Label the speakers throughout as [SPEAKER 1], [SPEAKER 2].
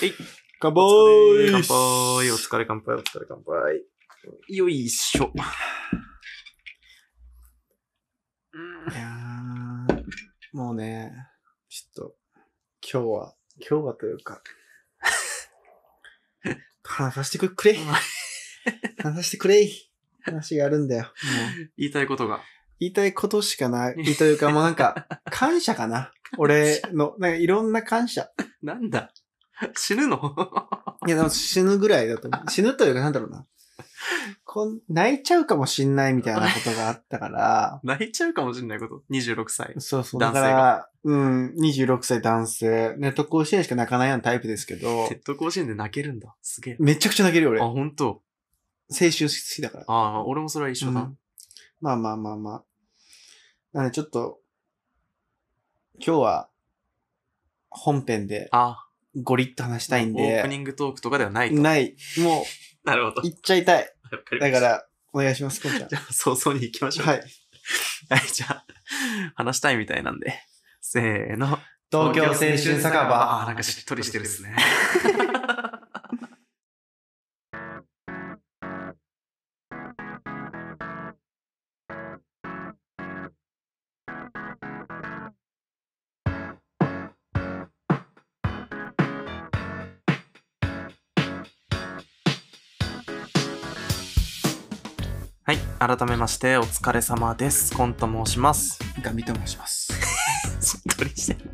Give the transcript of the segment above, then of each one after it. [SPEAKER 1] はい。
[SPEAKER 2] 乾杯
[SPEAKER 1] 乾杯。お疲れ乾杯。お疲れ乾杯。よいしょ。
[SPEAKER 2] いやーもうね、ちょっと、今日は、今日はという か、話させてくくれ。話させてくれ。話があるんだよ。もう
[SPEAKER 1] 言いたいことが。
[SPEAKER 2] 言いたいことしかないというか、もうなんか、感謝かな。俺の、なんかいろんな感謝。
[SPEAKER 1] なんだ死ぬの
[SPEAKER 2] いや、でも死ぬぐらいだと思う。死ぬというか、なんだろうな。こん泣いちゃうかもしんないみたいなことがあったから、
[SPEAKER 1] 泣いちゃうかもしれないこと。26歳。
[SPEAKER 2] そうそう。だ
[SPEAKER 1] 男性
[SPEAKER 2] か
[SPEAKER 1] が
[SPEAKER 2] ら、うん、26歳男性。ネット甲子園しか泣かないようなタイプですけど
[SPEAKER 1] ネ、ット甲子園で泣けるんだ。すげえ。
[SPEAKER 2] めちゃくちゃ泣けるよ、俺。
[SPEAKER 1] あ、
[SPEAKER 2] 青
[SPEAKER 1] ほんと。
[SPEAKER 2] 春好きだから。
[SPEAKER 1] ああ、俺もそれは一緒だ。
[SPEAKER 2] うんまあまあまあまあ。なんで、ちょっと、今日は、本編で
[SPEAKER 1] あ
[SPEAKER 2] ゴリッと話したいん
[SPEAKER 1] オープ
[SPEAKER 2] で、
[SPEAKER 1] ニングトークとかではないと。
[SPEAKER 2] ない。もう、
[SPEAKER 1] なるほど。
[SPEAKER 2] 言っちゃいたい。
[SPEAKER 1] わかりま
[SPEAKER 2] だ
[SPEAKER 1] した
[SPEAKER 2] か。ら、お願いします、こんちゃん
[SPEAKER 1] じ。ゃあ、早々に行きましょう。
[SPEAKER 2] はい。
[SPEAKER 1] はい、 じゃあ、話したいみたいなんで。せーの。
[SPEAKER 2] 東京青春酒場。
[SPEAKER 1] あーなんかしっとりしてるっすね。はい。改めまして、お疲れ様です。コンと申します。
[SPEAKER 2] ガミと申します。
[SPEAKER 1] しっとりしてる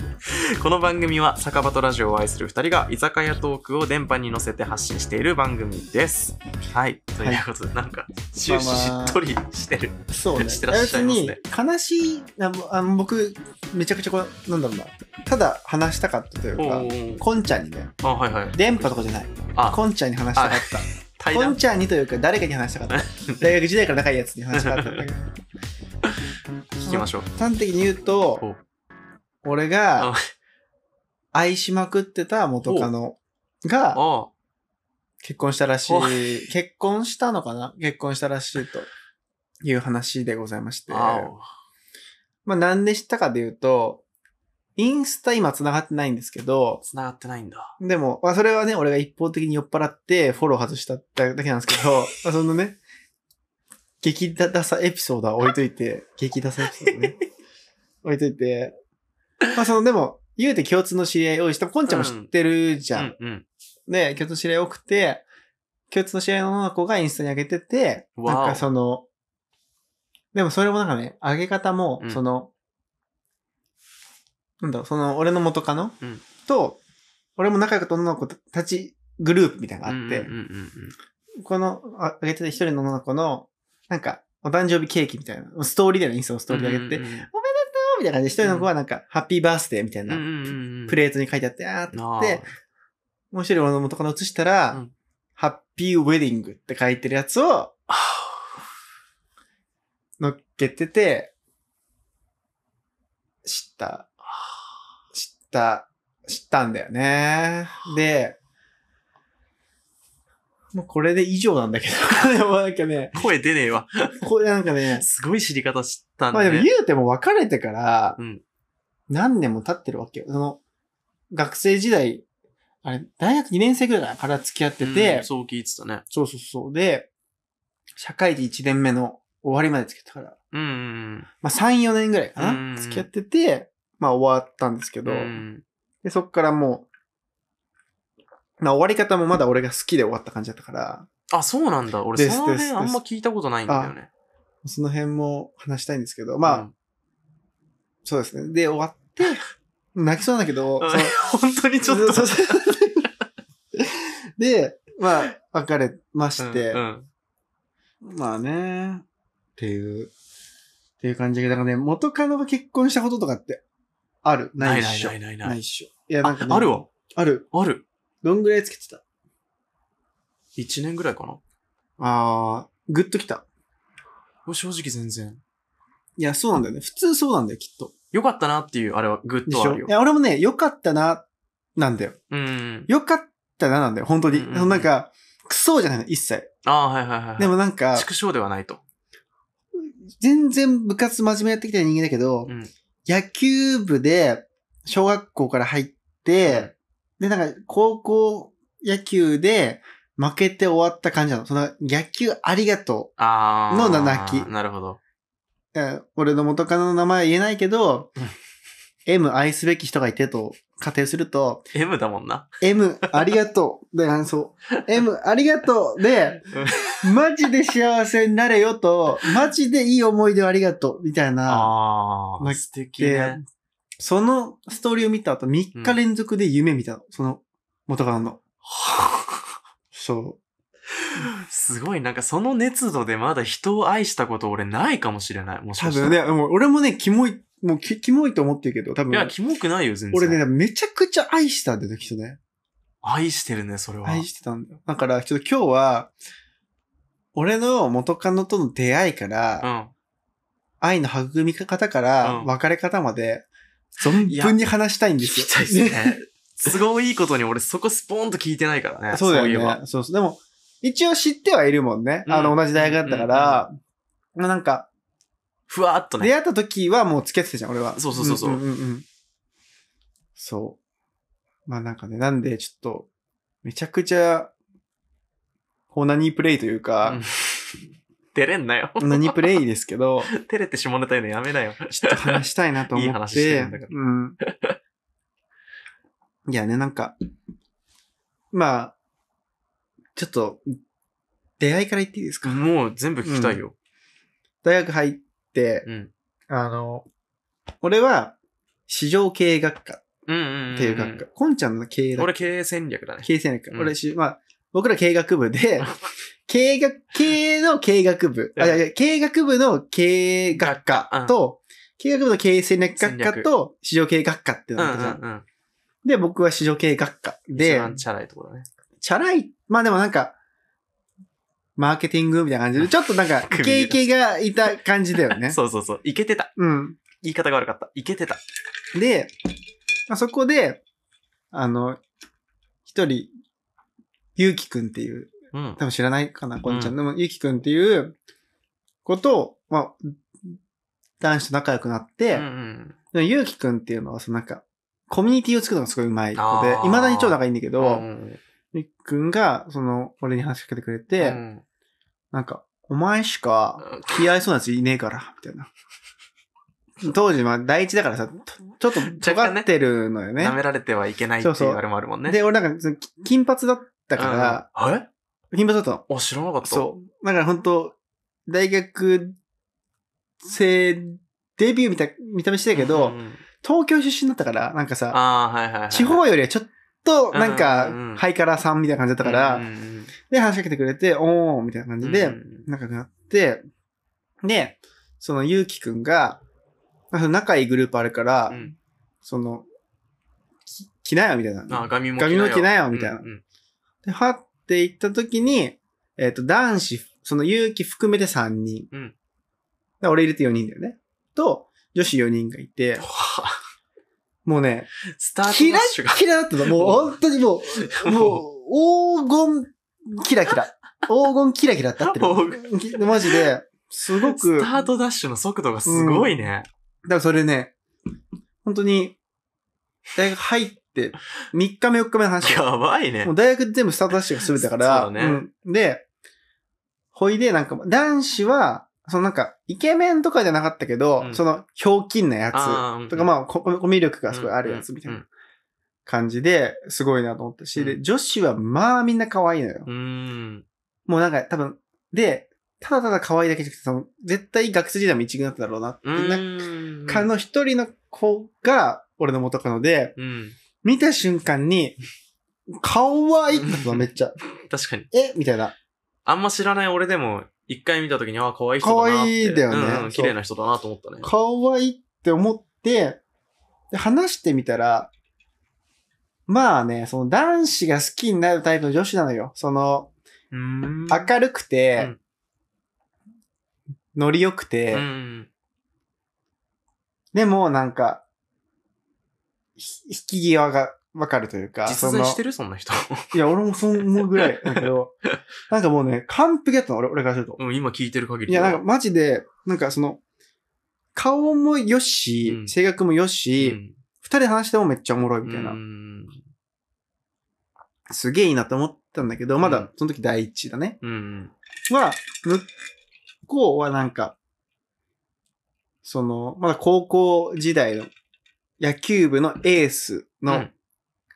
[SPEAKER 1] この番組は酒場とラジオを愛する2人が居酒屋トークを電波に乗せて発信している番組ですはいということで、なんか終始しっとりしてる、
[SPEAKER 2] そうね。
[SPEAKER 1] してらっしゃいますね
[SPEAKER 2] 別に悲しいあのあの僕めちゃくちゃこうなんだろうなただ話したかったというか
[SPEAKER 1] おー
[SPEAKER 2] こんちゃんにね
[SPEAKER 1] あはいはい
[SPEAKER 2] 電波とかじゃない
[SPEAKER 1] あ
[SPEAKER 2] こんちゃんに話したかっ
[SPEAKER 1] 対
[SPEAKER 2] たこ
[SPEAKER 1] 談
[SPEAKER 2] んちゃんにというか誰かに話したかった 大学時代から仲いいやつに話したかったんだけど
[SPEAKER 1] 聞きましょう
[SPEAKER 2] 端的に言うと俺
[SPEAKER 1] あ
[SPEAKER 2] が愛しまくってた元カノが
[SPEAKER 1] あ
[SPEAKER 2] 結婚したらしい結婚したのかな結婚したらしいという話でございまして
[SPEAKER 1] ああ
[SPEAKER 2] まあ、なんで知ったかで言うと、インスタ今繋がってないんですけど、
[SPEAKER 1] つながってないんだ
[SPEAKER 2] でも、まあ、それはね、俺が一方的に酔っ払ってフォロー外しただけなんですけど、まあそのね、激ダサエピソードは置いといて、激ダサエピソードね、置いといて、まあその、でも、言うて共通の知り合い多いし、多分こんちゃんも知ってるじ
[SPEAKER 1] う
[SPEAKER 2] ゃん。
[SPEAKER 1] んうん
[SPEAKER 2] で、共通の知り合い多くて、共通の知り合いの女の子がインスタに上げてて、
[SPEAKER 1] わお
[SPEAKER 2] なんかその、でもそれもなんかね、上げ方も
[SPEAKER 1] う、ん
[SPEAKER 2] その、なんだろう、その、俺の元カノ、
[SPEAKER 1] うん
[SPEAKER 2] と、俺も仲良かった女の子たちグループみたいな
[SPEAKER 1] う
[SPEAKER 2] の
[SPEAKER 1] ん
[SPEAKER 2] があって、
[SPEAKER 1] うんうんうん
[SPEAKER 2] この、あ上げてた一人の女の子の、なんか、お誕生日ケーキみたいな、ストーリーだよね、インスタのストーリーで上げて、
[SPEAKER 1] うんうん
[SPEAKER 2] みたいな感じで、一人の子はなんか、ハッピーバースデーみたいな、
[SPEAKER 1] うんうんうん
[SPEAKER 2] プレートに書いてあって、あーって
[SPEAKER 1] なあ
[SPEAKER 2] 言って、もう一人俺の元カノ写したら、
[SPEAKER 1] うん
[SPEAKER 2] ハッピーウェディングって書いてるやつを
[SPEAKER 1] あ
[SPEAKER 2] 乗っけてて、知った。知った。知ったんだよね。で、もうこれで以上なんだけど。 でもなんかね、
[SPEAKER 1] 声出ねえわ
[SPEAKER 2] これなんかね、
[SPEAKER 1] すごい知り方知ったん
[SPEAKER 2] ま
[SPEAKER 1] だ
[SPEAKER 2] あ
[SPEAKER 1] ね
[SPEAKER 2] でも言うても別れてから
[SPEAKER 1] うん、
[SPEAKER 2] 何年も経ってるわけよ。その、学生時代、あれ、大学2年生ぐらいから付き合ってて、
[SPEAKER 1] うんそう聞いてたね
[SPEAKER 2] そうそうそう。で、社会人1年目の終わりまで付き合ったから、
[SPEAKER 1] うんうん
[SPEAKER 2] まあ3、4年ぐらいかな。
[SPEAKER 1] うん
[SPEAKER 2] 付き合ってて、まあ終わったんですけ
[SPEAKER 1] うん
[SPEAKER 2] ど、
[SPEAKER 1] うん
[SPEAKER 2] で、そっからもう、まあ終わり方もまだ俺が好きで終わった感じだったから、
[SPEAKER 1] あ、そうなんだ。俺、
[SPEAKER 2] です
[SPEAKER 1] その
[SPEAKER 2] です
[SPEAKER 1] 辺あんま聞いたことないんだよね。
[SPEAKER 2] その辺も話したいんですけど、まあ、そうですね。で、終わって、泣きそうだけど、
[SPEAKER 1] うん、
[SPEAKER 2] その
[SPEAKER 1] 本当にちょっと。
[SPEAKER 2] そうそうそうで、まあ、別れまして、
[SPEAKER 1] うんうん
[SPEAKER 2] まあね。っていう、っていう感じで、だからね、元カノが結婚したこととかって、あるな
[SPEAKER 1] ないい
[SPEAKER 2] っ
[SPEAKER 1] ない
[SPEAKER 2] しょ。
[SPEAKER 1] ないない
[SPEAKER 2] な
[SPEAKER 1] ないい。
[SPEAKER 2] っしょ。いや、なんか
[SPEAKER 1] あ
[SPEAKER 2] ね、
[SPEAKER 1] あるわ。
[SPEAKER 2] ある。
[SPEAKER 1] ある。
[SPEAKER 2] どんぐらいつけてた
[SPEAKER 1] 1年ぐらいかな。
[SPEAKER 2] ああ、ぐっときた。
[SPEAKER 1] 俺正直全然。
[SPEAKER 2] いや、そうなんだよね。普通そうなんだよ、きっと。
[SPEAKER 1] よかったなっていう、あれは、グッ
[SPEAKER 2] で
[SPEAKER 1] と
[SPEAKER 2] し
[SPEAKER 1] はあ
[SPEAKER 2] ょ
[SPEAKER 1] る
[SPEAKER 2] い
[SPEAKER 1] よ。
[SPEAKER 2] や、俺もね、良かったな、なんだよ。
[SPEAKER 1] うん。
[SPEAKER 2] 良かったな、なんだよ、本当に。
[SPEAKER 1] うんうんうん
[SPEAKER 2] そのなんか、クソじゃないの、一切。
[SPEAKER 1] あーはいはいはいはい。
[SPEAKER 2] でもなんか、
[SPEAKER 1] 畜生ではないと。
[SPEAKER 2] 全然部活真面目やってきた人間だけど、
[SPEAKER 1] うん
[SPEAKER 2] 野球部で小学校から入って、で、なんか、高校野球で負けて終わった感じなの。その、野球ありがと
[SPEAKER 1] あー。
[SPEAKER 2] の七泣き
[SPEAKER 1] なるほど。
[SPEAKER 2] う。えー俺の元カノの名前は言えないけど
[SPEAKER 1] うん、
[SPEAKER 2] M 愛すべき人がいてと仮定すると、
[SPEAKER 1] M だもんな。
[SPEAKER 2] M ありがとうで、 あのそう。M ありがとうで、マジで幸せになれよと、マジでいい思い出をありがとうみたいな。
[SPEAKER 1] ああー。
[SPEAKER 2] 泣き
[SPEAKER 1] 素敵ね。
[SPEAKER 2] そのストーリーを見た後、3日連続で夢見たの。その元カノの。そう。
[SPEAKER 1] すごい、なんかその熱度でまだ人を愛したこと俺ないかもしれない。もし
[SPEAKER 2] 多
[SPEAKER 1] かしたら。
[SPEAKER 2] 分ね、もう俺もね、キモい、もうキキモいと思ってるけど、多分
[SPEAKER 1] いや、キモくないよ、全然。
[SPEAKER 2] 俺ね、めちゃくちゃ愛したんだよね、きっとね。
[SPEAKER 1] 愛してるね、それは。
[SPEAKER 2] 愛してたんだよ。だから、ちょっと今日は、俺の元カノとの出会いから、
[SPEAKER 1] うん。
[SPEAKER 2] 愛の育み方から、
[SPEAKER 1] うん
[SPEAKER 2] 別れ方まで、存分に話したいん
[SPEAKER 1] 聞
[SPEAKER 2] ですよ。
[SPEAKER 1] きたいです ね。すごいいいことに俺そこスポーンと聞いてないからね。
[SPEAKER 2] そうだ
[SPEAKER 1] いえば
[SPEAKER 2] よね。そうそう。でも、一応知ってはいるもんね。
[SPEAKER 1] うん
[SPEAKER 2] あの、同じ大学だったから、まあなんか、
[SPEAKER 1] ふわっと
[SPEAKER 2] 出
[SPEAKER 1] ね。
[SPEAKER 2] 会った時はもう付き合ってたじゃん、俺は。
[SPEAKER 1] そうそうそうそうん
[SPEAKER 2] んんそう。まあなんかね、なんでちょっと、めちゃくちゃ、こう何プレイという
[SPEAKER 1] う
[SPEAKER 2] か
[SPEAKER 1] ん、照れんなよ。
[SPEAKER 2] 何プレイですけど、
[SPEAKER 1] 照れてしもれたよね、やめなよ。
[SPEAKER 2] ちょっと話したいなと思って。
[SPEAKER 1] いい話してるんだから
[SPEAKER 2] うん。いやね、なんか、まあ、ちょっと、出会いから言っていいですか
[SPEAKER 1] もう全部聞きたいよ。
[SPEAKER 2] 大学入って、
[SPEAKER 1] うん。
[SPEAKER 2] あの、俺は、市場経営学科
[SPEAKER 1] うんうんん。
[SPEAKER 2] っていう学科。こんちゃんの経営だ
[SPEAKER 1] 俺経営戦略だね。
[SPEAKER 2] 経営戦略。
[SPEAKER 1] うん
[SPEAKER 2] 俺し、まあ、僕ら経営学部 で、経営学、経営の経営学部。あ、いやいや、経営学部の経営学科と、経営学部の経営戦略学科と、市場経営学科っていう
[SPEAKER 1] う
[SPEAKER 2] の
[SPEAKER 1] ん
[SPEAKER 2] があ
[SPEAKER 1] う
[SPEAKER 2] ったじゃん。
[SPEAKER 1] んうん。
[SPEAKER 2] で、僕は市場経営学科。
[SPEAKER 1] 一
[SPEAKER 2] で、
[SPEAKER 1] 番チャラいとこだね。
[SPEAKER 2] チャラい、まあでもなんか、マーケティングみたいな感じで、ちょっとなん か、
[SPEAKER 1] 組み
[SPEAKER 2] 経験がいた感じだよね。
[SPEAKER 1] そうそうそう。いけてた。
[SPEAKER 2] うん。
[SPEAKER 1] 言い方が悪かった。いけてた。
[SPEAKER 2] で、まあ、そこで、あの、一人、ゆうきくんっていう、
[SPEAKER 1] うん
[SPEAKER 2] 多。分知らないかな、こんちゃん。でも、ゆきくんっていうことを、まあ、男子と仲良くなって、
[SPEAKER 1] うんうん
[SPEAKER 2] でもゆうきくんっていうのは、そのなんか、コミュニティを作るのがすごい上手い子で
[SPEAKER 1] あ、ー
[SPEAKER 2] 未だに超仲いいんだけ
[SPEAKER 1] う
[SPEAKER 2] ど、
[SPEAKER 1] ん
[SPEAKER 2] ゆきくんが、その、俺に話しかけてくれて、
[SPEAKER 1] うん
[SPEAKER 2] なんか、お前しか気合いそうなやついねえから、みたいな。当時、まあ、第一だからさ、とちょっと
[SPEAKER 1] 若干
[SPEAKER 2] 尖
[SPEAKER 1] ね
[SPEAKER 2] ってるのよね。
[SPEAKER 1] 舐められてはいけないっていうあれもあるもんね。
[SPEAKER 2] で、俺なんかその、き金髪だった
[SPEAKER 1] うん、
[SPEAKER 2] から、
[SPEAKER 1] え
[SPEAKER 2] 金髪だったの。
[SPEAKER 1] あ、知らなかった。
[SPEAKER 2] そう。だから本当大学生デビューみたい、見た目して
[SPEAKER 1] う
[SPEAKER 2] たけ
[SPEAKER 1] ん
[SPEAKER 2] ど
[SPEAKER 1] う、ん
[SPEAKER 2] 東京出身だったから、なんかさ、
[SPEAKER 1] ああ、はいはいはい。
[SPEAKER 2] 地方よりはちょっと、なん
[SPEAKER 1] うんうんう
[SPEAKER 2] か
[SPEAKER 1] ん、
[SPEAKER 2] ハイカラさんみたいな感じだったか
[SPEAKER 1] うんう
[SPEAKER 2] ら、
[SPEAKER 1] んうん
[SPEAKER 2] で、話しかけてくれて、おー、みたいな感じ
[SPEAKER 1] う
[SPEAKER 2] で
[SPEAKER 1] ん、うん
[SPEAKER 2] 仲良くなって、で、その、ゆうきくんが、なんか仲いいグループあるから
[SPEAKER 1] う、ん
[SPEAKER 2] その、き着なよ、みたいな。
[SPEAKER 1] あ、ガミも
[SPEAKER 2] ガミも着
[SPEAKER 1] い
[SPEAKER 2] なよ、みたいな
[SPEAKER 1] う。ん
[SPEAKER 2] で、はって行った時に、えっ、と、男子、その勇気含めて3人。
[SPEAKER 1] うん
[SPEAKER 2] で俺入れて4人だよね。と、女子4人がいて
[SPEAKER 1] うん。、わあ
[SPEAKER 2] もうね、
[SPEAKER 1] スタート
[SPEAKER 2] キ
[SPEAKER 1] ダ
[SPEAKER 2] ラ
[SPEAKER 1] ッシュが
[SPEAKER 2] ッ。キラだったの。もう
[SPEAKER 1] うん
[SPEAKER 2] 本当にもう、もう、黄金キラキラ。 黄金キラキラって合ってる。きマジで、すごく、
[SPEAKER 1] ス
[SPEAKER 2] だ
[SPEAKER 1] タ
[SPEAKER 2] か
[SPEAKER 1] ートダッシュの速度がすごいね。
[SPEAKER 2] らそれね、本当に、大学入って、3日目4日目の話よ
[SPEAKER 1] やばいね
[SPEAKER 2] もう。大学全部スタートダッシュが全てだから。
[SPEAKER 1] そうだね
[SPEAKER 2] んで、ほいで、なんか、男子は、そのなんか、イケメンとかじゃなかったけど、
[SPEAKER 1] うん
[SPEAKER 2] その、ひょうきんなや
[SPEAKER 1] あーうん
[SPEAKER 2] つとか、まあ、ココミュ力がすごいあるやつみたいな。感じで、すごいなと思ったし、
[SPEAKER 1] うん
[SPEAKER 2] で、女子はまあみんな可愛いのよ。
[SPEAKER 1] うんうん。
[SPEAKER 2] もうなんか、多分、で、ただただ可愛いだけじゃなくて、その、絶対学生時代も一軍だっただろうなって
[SPEAKER 1] う
[SPEAKER 2] いう、なん
[SPEAKER 1] ん。
[SPEAKER 2] かの一人の子が、俺の元カノで、
[SPEAKER 1] うん。
[SPEAKER 2] 見た瞬間 に、可愛いってなったのめっちゃ。
[SPEAKER 1] 確かに。
[SPEAKER 2] えみたいな。
[SPEAKER 1] あんま知らない俺でも、一回見たときに、ああ、可愛い人だなって。
[SPEAKER 2] 可愛いだよね
[SPEAKER 1] うんうん
[SPEAKER 2] そ
[SPEAKER 1] 綺
[SPEAKER 2] う
[SPEAKER 1] 麗な人だなと思ったね。
[SPEAKER 2] 可愛いって思って、で、話してみたら、まあね、その男子が好きになるタイプの女子なのよ。その、
[SPEAKER 1] うーん。
[SPEAKER 2] 明るくて、
[SPEAKER 1] うん
[SPEAKER 2] ノリ良くて、
[SPEAKER 1] うん。
[SPEAKER 2] でもなんか、ひ引き際がわかるというか、
[SPEAKER 1] 実在してるそんな人。
[SPEAKER 2] そのいや、俺もそう思うぐらいだけど、なんかもうね、完璧だったの、俺俺からすると。
[SPEAKER 1] うん、今聞いてる限り
[SPEAKER 2] い
[SPEAKER 1] で
[SPEAKER 2] や、
[SPEAKER 1] は。
[SPEAKER 2] なんかマジで、なんかその、顔もよし、
[SPEAKER 1] うん
[SPEAKER 2] 性格もよし、
[SPEAKER 1] うん
[SPEAKER 2] 二人で話してもめっちゃおもろいみたいな。
[SPEAKER 1] うん
[SPEAKER 2] すげえいいなと思ったんだけど、ま
[SPEAKER 1] う
[SPEAKER 2] だ
[SPEAKER 1] ん
[SPEAKER 2] その時第一だね。
[SPEAKER 1] うん。
[SPEAKER 2] は、向こうはなんか、その、まだ高校時代の野球部のエース
[SPEAKER 1] う
[SPEAKER 2] の
[SPEAKER 1] ん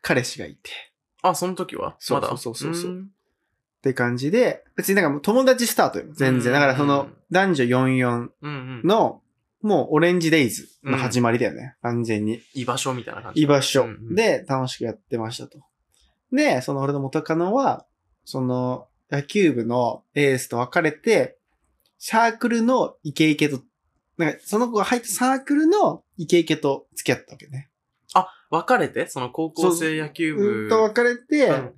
[SPEAKER 2] 彼氏がいて、
[SPEAKER 1] あ、その時は
[SPEAKER 2] そう
[SPEAKER 1] まだ
[SPEAKER 2] そうそうそう
[SPEAKER 1] うん
[SPEAKER 2] って感じで、別になんかもう友達スタートよ。全
[SPEAKER 1] うん
[SPEAKER 2] 然。だからその男女44
[SPEAKER 1] うんうん。
[SPEAKER 2] の、もうオレンジデイズの始まりだよね。完全に。
[SPEAKER 1] 居場所みたいな感じ。
[SPEAKER 2] 居場所
[SPEAKER 1] うんうん
[SPEAKER 2] で楽しくやってましたと。で、その俺の元カノは、その野球部のエースと別れて、サークルのイケイケと、なんかその子が入ったサークルのイケイケと付き合ったわけね。
[SPEAKER 1] あ、別れてその高校生野球
[SPEAKER 2] うん
[SPEAKER 1] 部。
[SPEAKER 2] と別れて、
[SPEAKER 1] うん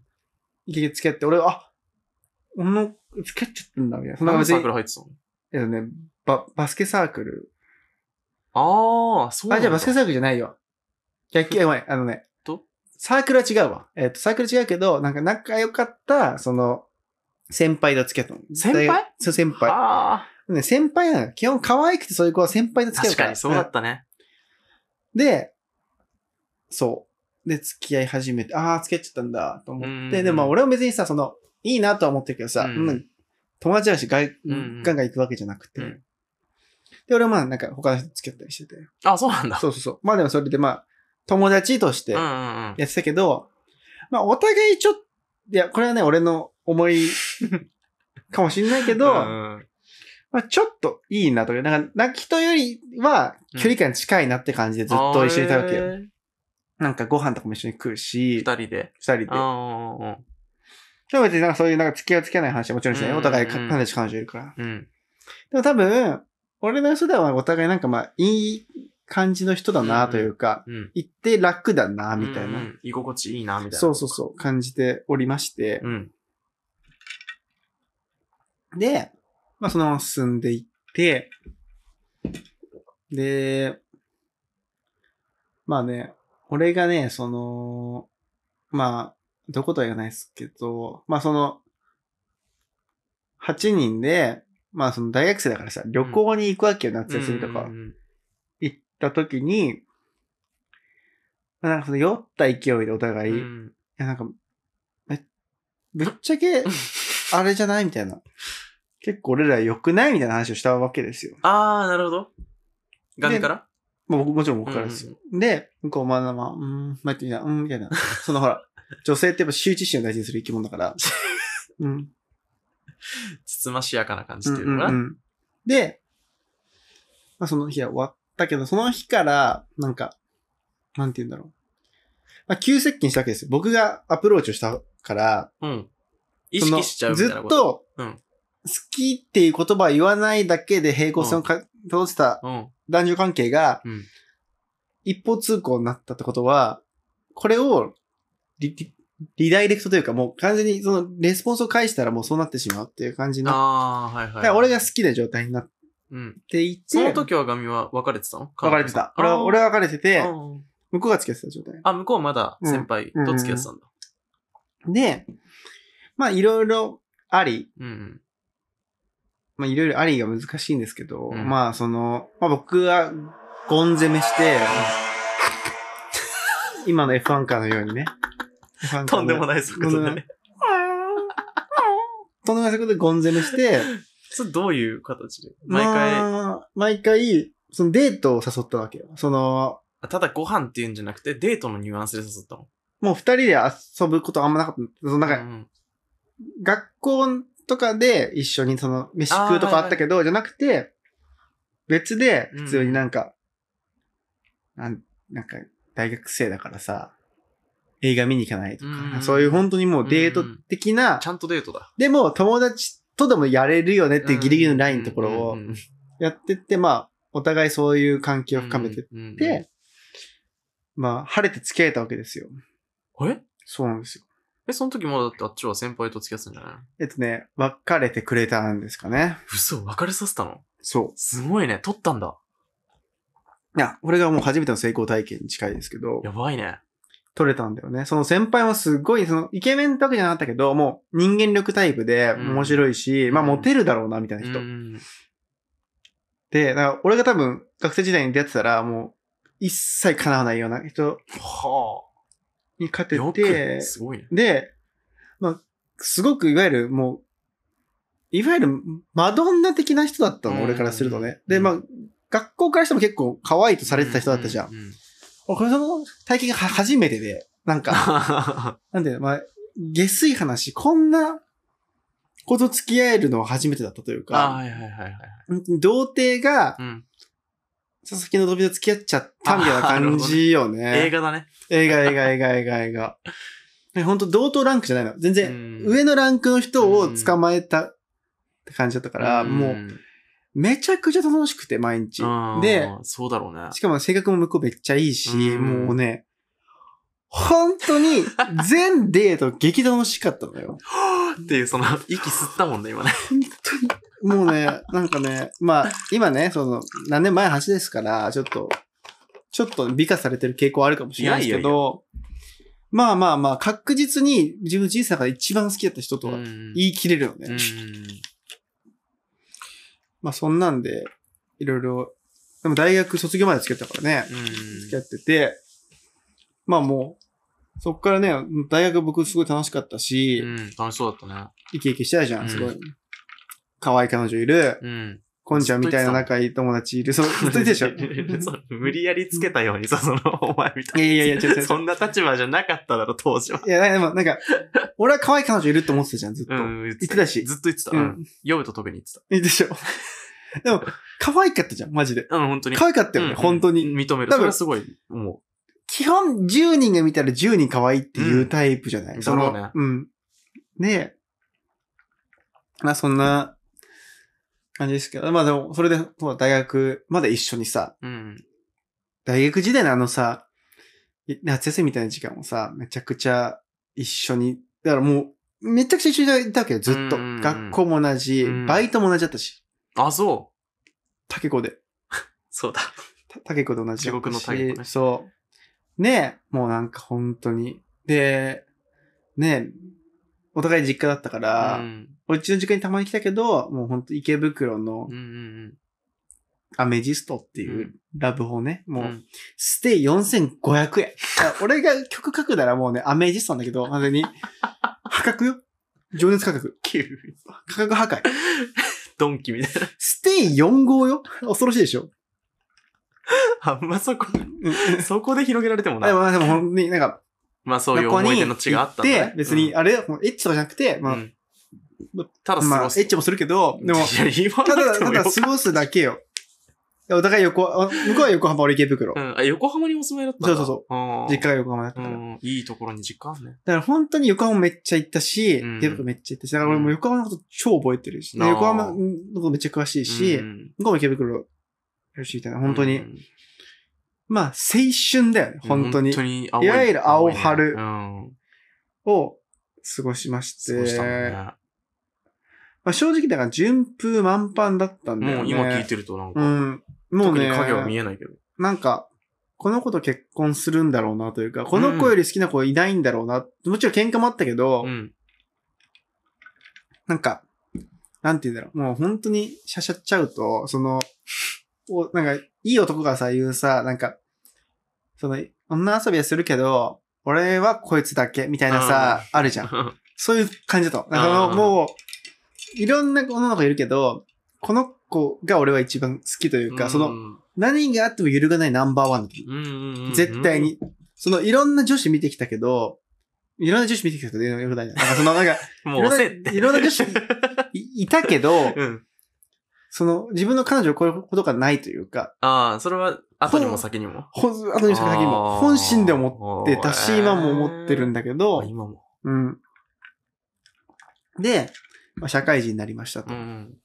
[SPEAKER 2] イケイケ付き合って、俺は、あ、俺の付き合っちゃったんだ、みたいな。そんな
[SPEAKER 1] 何の
[SPEAKER 2] 別
[SPEAKER 1] サー
[SPEAKER 2] に
[SPEAKER 1] クル、入ってたの
[SPEAKER 2] えっとね、ババスケサークル。
[SPEAKER 1] ああ、そうなん
[SPEAKER 2] あ、
[SPEAKER 1] だ
[SPEAKER 2] じゃあバスケサークルじゃないよ。野球、ごめん、あのね。
[SPEAKER 1] と
[SPEAKER 2] サークルは違うわ。えっ、と、サークル違うけど、なんか仲良かった、その、先輩と付き合ったの。
[SPEAKER 1] 先輩
[SPEAKER 2] 大学そう、先輩。
[SPEAKER 1] あ
[SPEAKER 2] ね、先輩なの。基本可愛くてそういう子は先輩と
[SPEAKER 1] ー
[SPEAKER 2] 付き合う
[SPEAKER 1] 確
[SPEAKER 2] から。
[SPEAKER 1] かにそうだったね。
[SPEAKER 2] うんで、そう。で、付き合い始めて、ああ、付き合っちゃったんだ、と
[SPEAKER 1] うんう
[SPEAKER 2] 思
[SPEAKER 1] ん
[SPEAKER 2] って。でも、俺は別にさ、その、いいなとは思ってるけどさ、
[SPEAKER 1] うん
[SPEAKER 2] うん友達だし、がい
[SPEAKER 1] んうん
[SPEAKER 2] ガンガン行くわけじゃなくて。
[SPEAKER 1] うん
[SPEAKER 2] で、俺はまあ、なんか他の人と付き合ったりしてて。
[SPEAKER 1] あ、そうなんだ。
[SPEAKER 2] そうそうそう。まあでもそれでまあ、友達として
[SPEAKER 1] うんう
[SPEAKER 2] や
[SPEAKER 1] んうん。
[SPEAKER 2] ってたけど、まあお互いちょっと、いや、これはね、俺の思 いかもしんないけど、
[SPEAKER 1] うんうん
[SPEAKER 2] まあちょっといいなとか、なんか、泣きとよりは距離感近いなって感じでずっと一緒にいたわけよ。
[SPEAKER 1] あー
[SPEAKER 2] なんかご飯とかも一緒に食うし、
[SPEAKER 1] 二人で。
[SPEAKER 2] 二人で。
[SPEAKER 1] ああ、
[SPEAKER 2] でも別になんかそういうなんか付き合う付き合わない話はもちろんしないよ。
[SPEAKER 1] うん
[SPEAKER 2] お互い
[SPEAKER 1] うん
[SPEAKER 2] 彼女彼女いるから。
[SPEAKER 1] うん。
[SPEAKER 2] でも多分、俺の予想ではお互いなんかまあいい感じの人だなというか、
[SPEAKER 1] うん。
[SPEAKER 2] 行って楽だなみたいな。
[SPEAKER 1] うんうん居心地いいな、みたいな。
[SPEAKER 2] そうそうそう、感じておりまして。
[SPEAKER 1] うん。
[SPEAKER 2] で、まあ、そのまま進んでいって、で、まあね、俺がね、その、まあ、どことは言わないですけど、まあその、8人で、まあその大学生だからさ、旅行に行くわけよ、夏休みと
[SPEAKER 1] う
[SPEAKER 2] か
[SPEAKER 1] んう。ん
[SPEAKER 2] 行った時に、まあなんかその酔った勢いでお互い、
[SPEAKER 1] うん。う
[SPEAKER 2] い
[SPEAKER 1] ん
[SPEAKER 2] やなんか、め、ぶっちゃ け、あれじゃないみたいな。結構俺ら良くないみたいな話をしたわけですよ。
[SPEAKER 1] ああ、なるほど。画面から
[SPEAKER 2] まあ、僕もちろん僕からですよ。で、向こうまだまあ、うーん、待ってみたいな、うん、みたいな。そのほら、女性ってやっぱ羞恥心を大事にする生き物だ から。うん。
[SPEAKER 1] つつましやかな感じ
[SPEAKER 2] う
[SPEAKER 1] っ
[SPEAKER 2] ん
[SPEAKER 1] ていううの
[SPEAKER 2] ん
[SPEAKER 1] か
[SPEAKER 2] う
[SPEAKER 1] な。
[SPEAKER 2] ん。で、まあその日は終わったけど、その日から、なんか、なんて言うんだろう。まあ、急接近したわけですよ。僕がアプローチをしたから、
[SPEAKER 1] うん。意
[SPEAKER 2] 意識
[SPEAKER 1] 識
[SPEAKER 2] し
[SPEAKER 1] し
[SPEAKER 2] ち
[SPEAKER 1] ち
[SPEAKER 2] ゃ
[SPEAKER 1] ゃ
[SPEAKER 2] う
[SPEAKER 1] う
[SPEAKER 2] み
[SPEAKER 1] み
[SPEAKER 2] た
[SPEAKER 1] た
[SPEAKER 2] い
[SPEAKER 1] い
[SPEAKER 2] なこ
[SPEAKER 1] なこと
[SPEAKER 2] ずっと、
[SPEAKER 1] と。うん
[SPEAKER 2] 好きっていう言葉を言わないだけで平行線をか、通ってた
[SPEAKER 1] うん。
[SPEAKER 2] 男女関係が
[SPEAKER 1] うん。
[SPEAKER 2] 一方通行になったってことは、これをリリリダイレクトというかもう完全にそのレスポンスを返したらもうそうなってしまうっていう感じの、
[SPEAKER 1] ああ、はいはいは
[SPEAKER 2] だ
[SPEAKER 1] い。
[SPEAKER 2] から俺が好きな状態になっ
[SPEAKER 1] うん。
[SPEAKER 2] ていて、
[SPEAKER 1] その時はガミは別れてたの
[SPEAKER 2] 別れてた。俺は俺
[SPEAKER 1] は。
[SPEAKER 2] は別れてて
[SPEAKER 1] あ、ー
[SPEAKER 2] 向こうが付き合ってた状態。
[SPEAKER 1] あ、向こうはまだ先輩と付き合ってたんだ。
[SPEAKER 2] で、まあいろいろあり、
[SPEAKER 1] うんうん。
[SPEAKER 2] まあいろいろありが難しいんですけど、
[SPEAKER 1] うん
[SPEAKER 2] まあその、まあ僕はゴン攻め して、今の F1 カーのようにね。
[SPEAKER 1] とんでも
[SPEAKER 2] い。
[SPEAKER 1] ない速度
[SPEAKER 2] と
[SPEAKER 1] で
[SPEAKER 2] んで
[SPEAKER 1] ね。
[SPEAKER 2] とんでもない速度でゴン攻めして、
[SPEAKER 1] それどういう形で毎回、
[SPEAKER 2] まあ毎回、そのデートを誘ったわけよ。その、
[SPEAKER 1] ただご飯っていうんじゃなくて、デートのニュアンスで誘ったの。
[SPEAKER 2] もう二人で遊ぶことあんまなかった。そのなん
[SPEAKER 1] う
[SPEAKER 2] か、
[SPEAKER 1] ん
[SPEAKER 2] 学校とかで一緒にその、飯食うとかあったけど、じゃなくて、別で、普通になんか、なん、なんか、大学生だからさ、映画見に行かないとか、
[SPEAKER 1] うん
[SPEAKER 2] そういう本当にもうデート的な
[SPEAKER 1] ち、ゃんとデートだ。
[SPEAKER 2] でも友達とでもやれるよねっていうギリギリのラインのところ
[SPEAKER 1] う
[SPEAKER 2] を
[SPEAKER 1] んうんうん
[SPEAKER 2] やってって、まあ、お互いそういう関係を深めてっ
[SPEAKER 1] うんうんうん、
[SPEAKER 2] て、まあ、晴れて付き合えたわけですよ。
[SPEAKER 1] え
[SPEAKER 2] そうなんですよ。
[SPEAKER 1] え、その時もだってあっちは先輩と付き合ってたんじゃないの
[SPEAKER 2] えっとね、別れてくれたんですかね。
[SPEAKER 1] 嘘、別れさせたの
[SPEAKER 2] そ
[SPEAKER 1] すごいね。取ったんだ。
[SPEAKER 2] う。いや、俺がもう初めての成功体験に近いですけど、
[SPEAKER 1] やばいね。
[SPEAKER 2] 取れたんだよね。その先輩もすごい、その、イケメンってわけじゃなかったけど、もう人間力タイプで
[SPEAKER 1] うん
[SPEAKER 2] 面白いし、まあ
[SPEAKER 1] うん
[SPEAKER 2] モテるだろうな、みたいな人。
[SPEAKER 1] 人。
[SPEAKER 2] で、だから俺が多分学生時代に出会ってたら、もう一切叶わないような人
[SPEAKER 1] は
[SPEAKER 2] に勝
[SPEAKER 1] あ。
[SPEAKER 2] て
[SPEAKER 1] よ
[SPEAKER 2] て
[SPEAKER 1] く、すごいね。
[SPEAKER 2] で、すごくいわゆるもう、いわゆるマドンナ的な人だった
[SPEAKER 1] うん
[SPEAKER 2] の、俺からするとね。
[SPEAKER 1] うん
[SPEAKER 2] で、まあ、学校からしても結構可愛いとさ
[SPEAKER 1] さ
[SPEAKER 2] れてた人だったじゃん。。俺、これその体験がは初めてで、なんか、なんで、まあ、下水話、こんなこと付き合えるのは初めてだったという
[SPEAKER 1] あ、
[SPEAKER 2] か、
[SPEAKER 1] はいはいはいはい。
[SPEAKER 2] 本当に童貞が
[SPEAKER 1] うん。
[SPEAKER 2] 佐々木のびと付き合っちゃったみたいな感じよ
[SPEAKER 1] 映
[SPEAKER 2] ね。
[SPEAKER 1] 画だね。
[SPEAKER 2] 映画、映画、映画、映画、映画。本当同等ランクじゃないの。全然、
[SPEAKER 1] うん
[SPEAKER 2] 上のランクの人を捕まえたって感じだったから、
[SPEAKER 1] ん
[SPEAKER 2] もう、めちゃくちゃ楽しくて、毎日。
[SPEAKER 1] うん
[SPEAKER 2] で、、
[SPEAKER 1] そうだろうね。
[SPEAKER 2] しかも性格も向こうめっちゃいいし、
[SPEAKER 1] うん
[SPEAKER 2] もうね、本当に全デート激楽しかったのよ。
[SPEAKER 1] っていう、その、息吸ったもんね、今ね。
[SPEAKER 2] 本当に。もうね、なんかね、まあ、今ね、その、何年前の話ですから、ちょっと、ちょっと美化されてる傾向あるかもしれないですけ
[SPEAKER 1] いやい
[SPEAKER 2] ど、まあまあまあ、確実に自分の人生が一番好きだった人とは
[SPEAKER 1] うん
[SPEAKER 2] 言い切れるよね。
[SPEAKER 1] うん
[SPEAKER 2] まあそんなんで、いろいろ、でも大学卒業まで付き合ったからね。付き合ってて、まあもう、そっからね、大学僕すごい楽しかったし、
[SPEAKER 1] うん。うん楽しそうだったね。
[SPEAKER 2] 生き生きしてたじゃ
[SPEAKER 1] うん
[SPEAKER 2] ん、すごい。可愛い彼女いる、
[SPEAKER 1] うん。
[SPEAKER 2] こんちゃんみたいな仲いい友達いる、 そう、ずっといてでしょ。い
[SPEAKER 1] そう無理やりつけたようにさ、その、お前みたい
[SPEAKER 2] やいやいや、違う違
[SPEAKER 1] な。
[SPEAKER 2] う。
[SPEAKER 1] そんな立場じゃなかっただろ、当時は。
[SPEAKER 2] いや、でもなんか、俺は可愛い彼女いるって思ってたじゃん、ずっと。
[SPEAKER 1] うん、言っ
[SPEAKER 2] 言ってたし
[SPEAKER 1] ずっと言ってた。う
[SPEAKER 2] うん
[SPEAKER 1] ん。読むと特に言って
[SPEAKER 2] いいでしょ。でも、可愛かったじゃん、マジで。
[SPEAKER 1] た。うん、本当に。
[SPEAKER 2] 可愛かったよね、
[SPEAKER 1] うん
[SPEAKER 2] 本当
[SPEAKER 1] う
[SPEAKER 2] に。
[SPEAKER 1] ん認める。
[SPEAKER 2] 多分
[SPEAKER 1] それはすごい思
[SPEAKER 2] 基本10人が見たら10人可愛いっていうタイプじゃない、
[SPEAKER 1] うん
[SPEAKER 2] そ
[SPEAKER 1] だ
[SPEAKER 2] の、
[SPEAKER 1] ろうね
[SPEAKER 2] うん。で、まあそんな感じですけど、まあでも、それで、ほら大学まで一緒にさ、
[SPEAKER 1] う。うん。
[SPEAKER 2] 大学時代のあのさ、い夏休みみたいな時間もさ、めちゃくちゃ一緒に、だからもう、めちゃくちゃ一緒にいたわけよ、ずっと。
[SPEAKER 1] うんうんうん
[SPEAKER 2] 学校も同じ、
[SPEAKER 1] うん
[SPEAKER 2] バイトも同じだったし、
[SPEAKER 1] あ、そう。
[SPEAKER 2] タケコで。
[SPEAKER 1] そうだ。
[SPEAKER 2] たタケコと同じだったし
[SPEAKER 1] 地獄のタケコね
[SPEAKER 2] そう。ねえ、もうなんか本当に。で、ねえ、お互い実家だったから、
[SPEAKER 1] うん。
[SPEAKER 2] 俺うちの実家にたまに来たけど、もう本当池袋の
[SPEAKER 1] うんうん
[SPEAKER 2] アメジストっていううラブホね、
[SPEAKER 1] うん。
[SPEAKER 2] も
[SPEAKER 1] う
[SPEAKER 2] うんステイ4500円。あ俺が曲書くならもうね、アメジストなんだけど、完全 に、破格よ。情熱価格。
[SPEAKER 1] 急に
[SPEAKER 2] 価格破壊。
[SPEAKER 1] ドンキみたいな。
[SPEAKER 2] ステイ4号よ。恐ろしいでしょ。
[SPEAKER 1] あんまそこ、
[SPEAKER 2] うん
[SPEAKER 1] そこで広げられても
[SPEAKER 2] で
[SPEAKER 1] な。
[SPEAKER 2] もまあでも本当になんか、
[SPEAKER 1] まあそういう
[SPEAKER 2] 学校
[SPEAKER 1] 思い
[SPEAKER 2] に
[SPEAKER 1] 出の地があったんだ
[SPEAKER 2] 行
[SPEAKER 1] ね
[SPEAKER 2] て別に、
[SPEAKER 1] うん
[SPEAKER 2] あれ、もうエッチとかじゃなくて、まあ、
[SPEAKER 1] うんただ
[SPEAKER 2] まあ、エ
[SPEAKER 1] 過ごす。
[SPEAKER 2] ッチもするけど、でも、
[SPEAKER 1] いや、言わ
[SPEAKER 2] た
[SPEAKER 1] な
[SPEAKER 2] だ、
[SPEAKER 1] くて
[SPEAKER 2] た
[SPEAKER 1] もよ
[SPEAKER 2] だ
[SPEAKER 1] かっ
[SPEAKER 2] 過ごすだけよ。お互い横、あ向こうは横浜、俺池袋
[SPEAKER 1] た。。うん。あ、横浜にお住まいだったんだ
[SPEAKER 2] そうそう
[SPEAKER 1] そうん。
[SPEAKER 2] 実家が横浜だった
[SPEAKER 1] う
[SPEAKER 2] から。だ
[SPEAKER 1] ん。いいところに実家あるね。
[SPEAKER 2] から本当に横浜めっちゃ行ったし、
[SPEAKER 1] うん
[SPEAKER 2] 池袋めっちゃ行ったし、だから俺も横浜のこと超覚えてるし、で
[SPEAKER 1] あー
[SPEAKER 2] 横浜のことめっちゃ詳しいし、
[SPEAKER 1] うん
[SPEAKER 2] 向こうも池袋、よしみたいな、本当に。
[SPEAKER 1] うん
[SPEAKER 2] まあ、青春だよね、本当に。
[SPEAKER 1] 本当に青
[SPEAKER 2] いわゆる青春
[SPEAKER 1] 青いねうん。
[SPEAKER 2] を過ごしまして、
[SPEAKER 1] そうしたもんね。
[SPEAKER 2] まあ正直だから順風満帆だったんだよね。
[SPEAKER 1] もう今聞いてるとなん
[SPEAKER 2] う
[SPEAKER 1] か、
[SPEAKER 2] ん。もう
[SPEAKER 1] 特に
[SPEAKER 2] ね、
[SPEAKER 1] 影は見えないけど。
[SPEAKER 2] なんか、この子と結婚するんだろうなというか、この子より好きな子いないんだろうな。もちろん喧嘩もあったけど、
[SPEAKER 1] うん。
[SPEAKER 2] なんか、なんて言うんだろう。もう本当にしゃしゃっちゃうと、その、おなんか、いい男がさ、言うさ、なんか、その、女遊びはするけど、俺はこいつだけ、みたいなさ、あるじゃん。そういう感じだと。だから
[SPEAKER 1] うん
[SPEAKER 2] もう、いろんな女の子いるけど、この子が俺は一番好きというか、その、
[SPEAKER 1] の、
[SPEAKER 2] 何があっても揺るがないナンバーワンの時。
[SPEAKER 1] うんうんうん
[SPEAKER 2] 絶対。に。そのいろんな女子見てきたけど、いろんな女子見てきたけど、よくないな。なんかその、なんか、
[SPEAKER 1] も
[SPEAKER 2] いうろんな
[SPEAKER 1] 押せって。
[SPEAKER 2] いろんな女子 いいたけど、
[SPEAKER 1] うん。
[SPEAKER 2] その自分の彼女を超えることがないというか、
[SPEAKER 1] ああ、それは、後にも先にも。
[SPEAKER 2] ほん、あとに先も
[SPEAKER 1] あー
[SPEAKER 2] 本心で思ってたし、今も思ってるんだけ
[SPEAKER 1] あ
[SPEAKER 2] ど、
[SPEAKER 1] 今も。
[SPEAKER 2] うん。で、まあ、社会人になりましたと。
[SPEAKER 1] うん。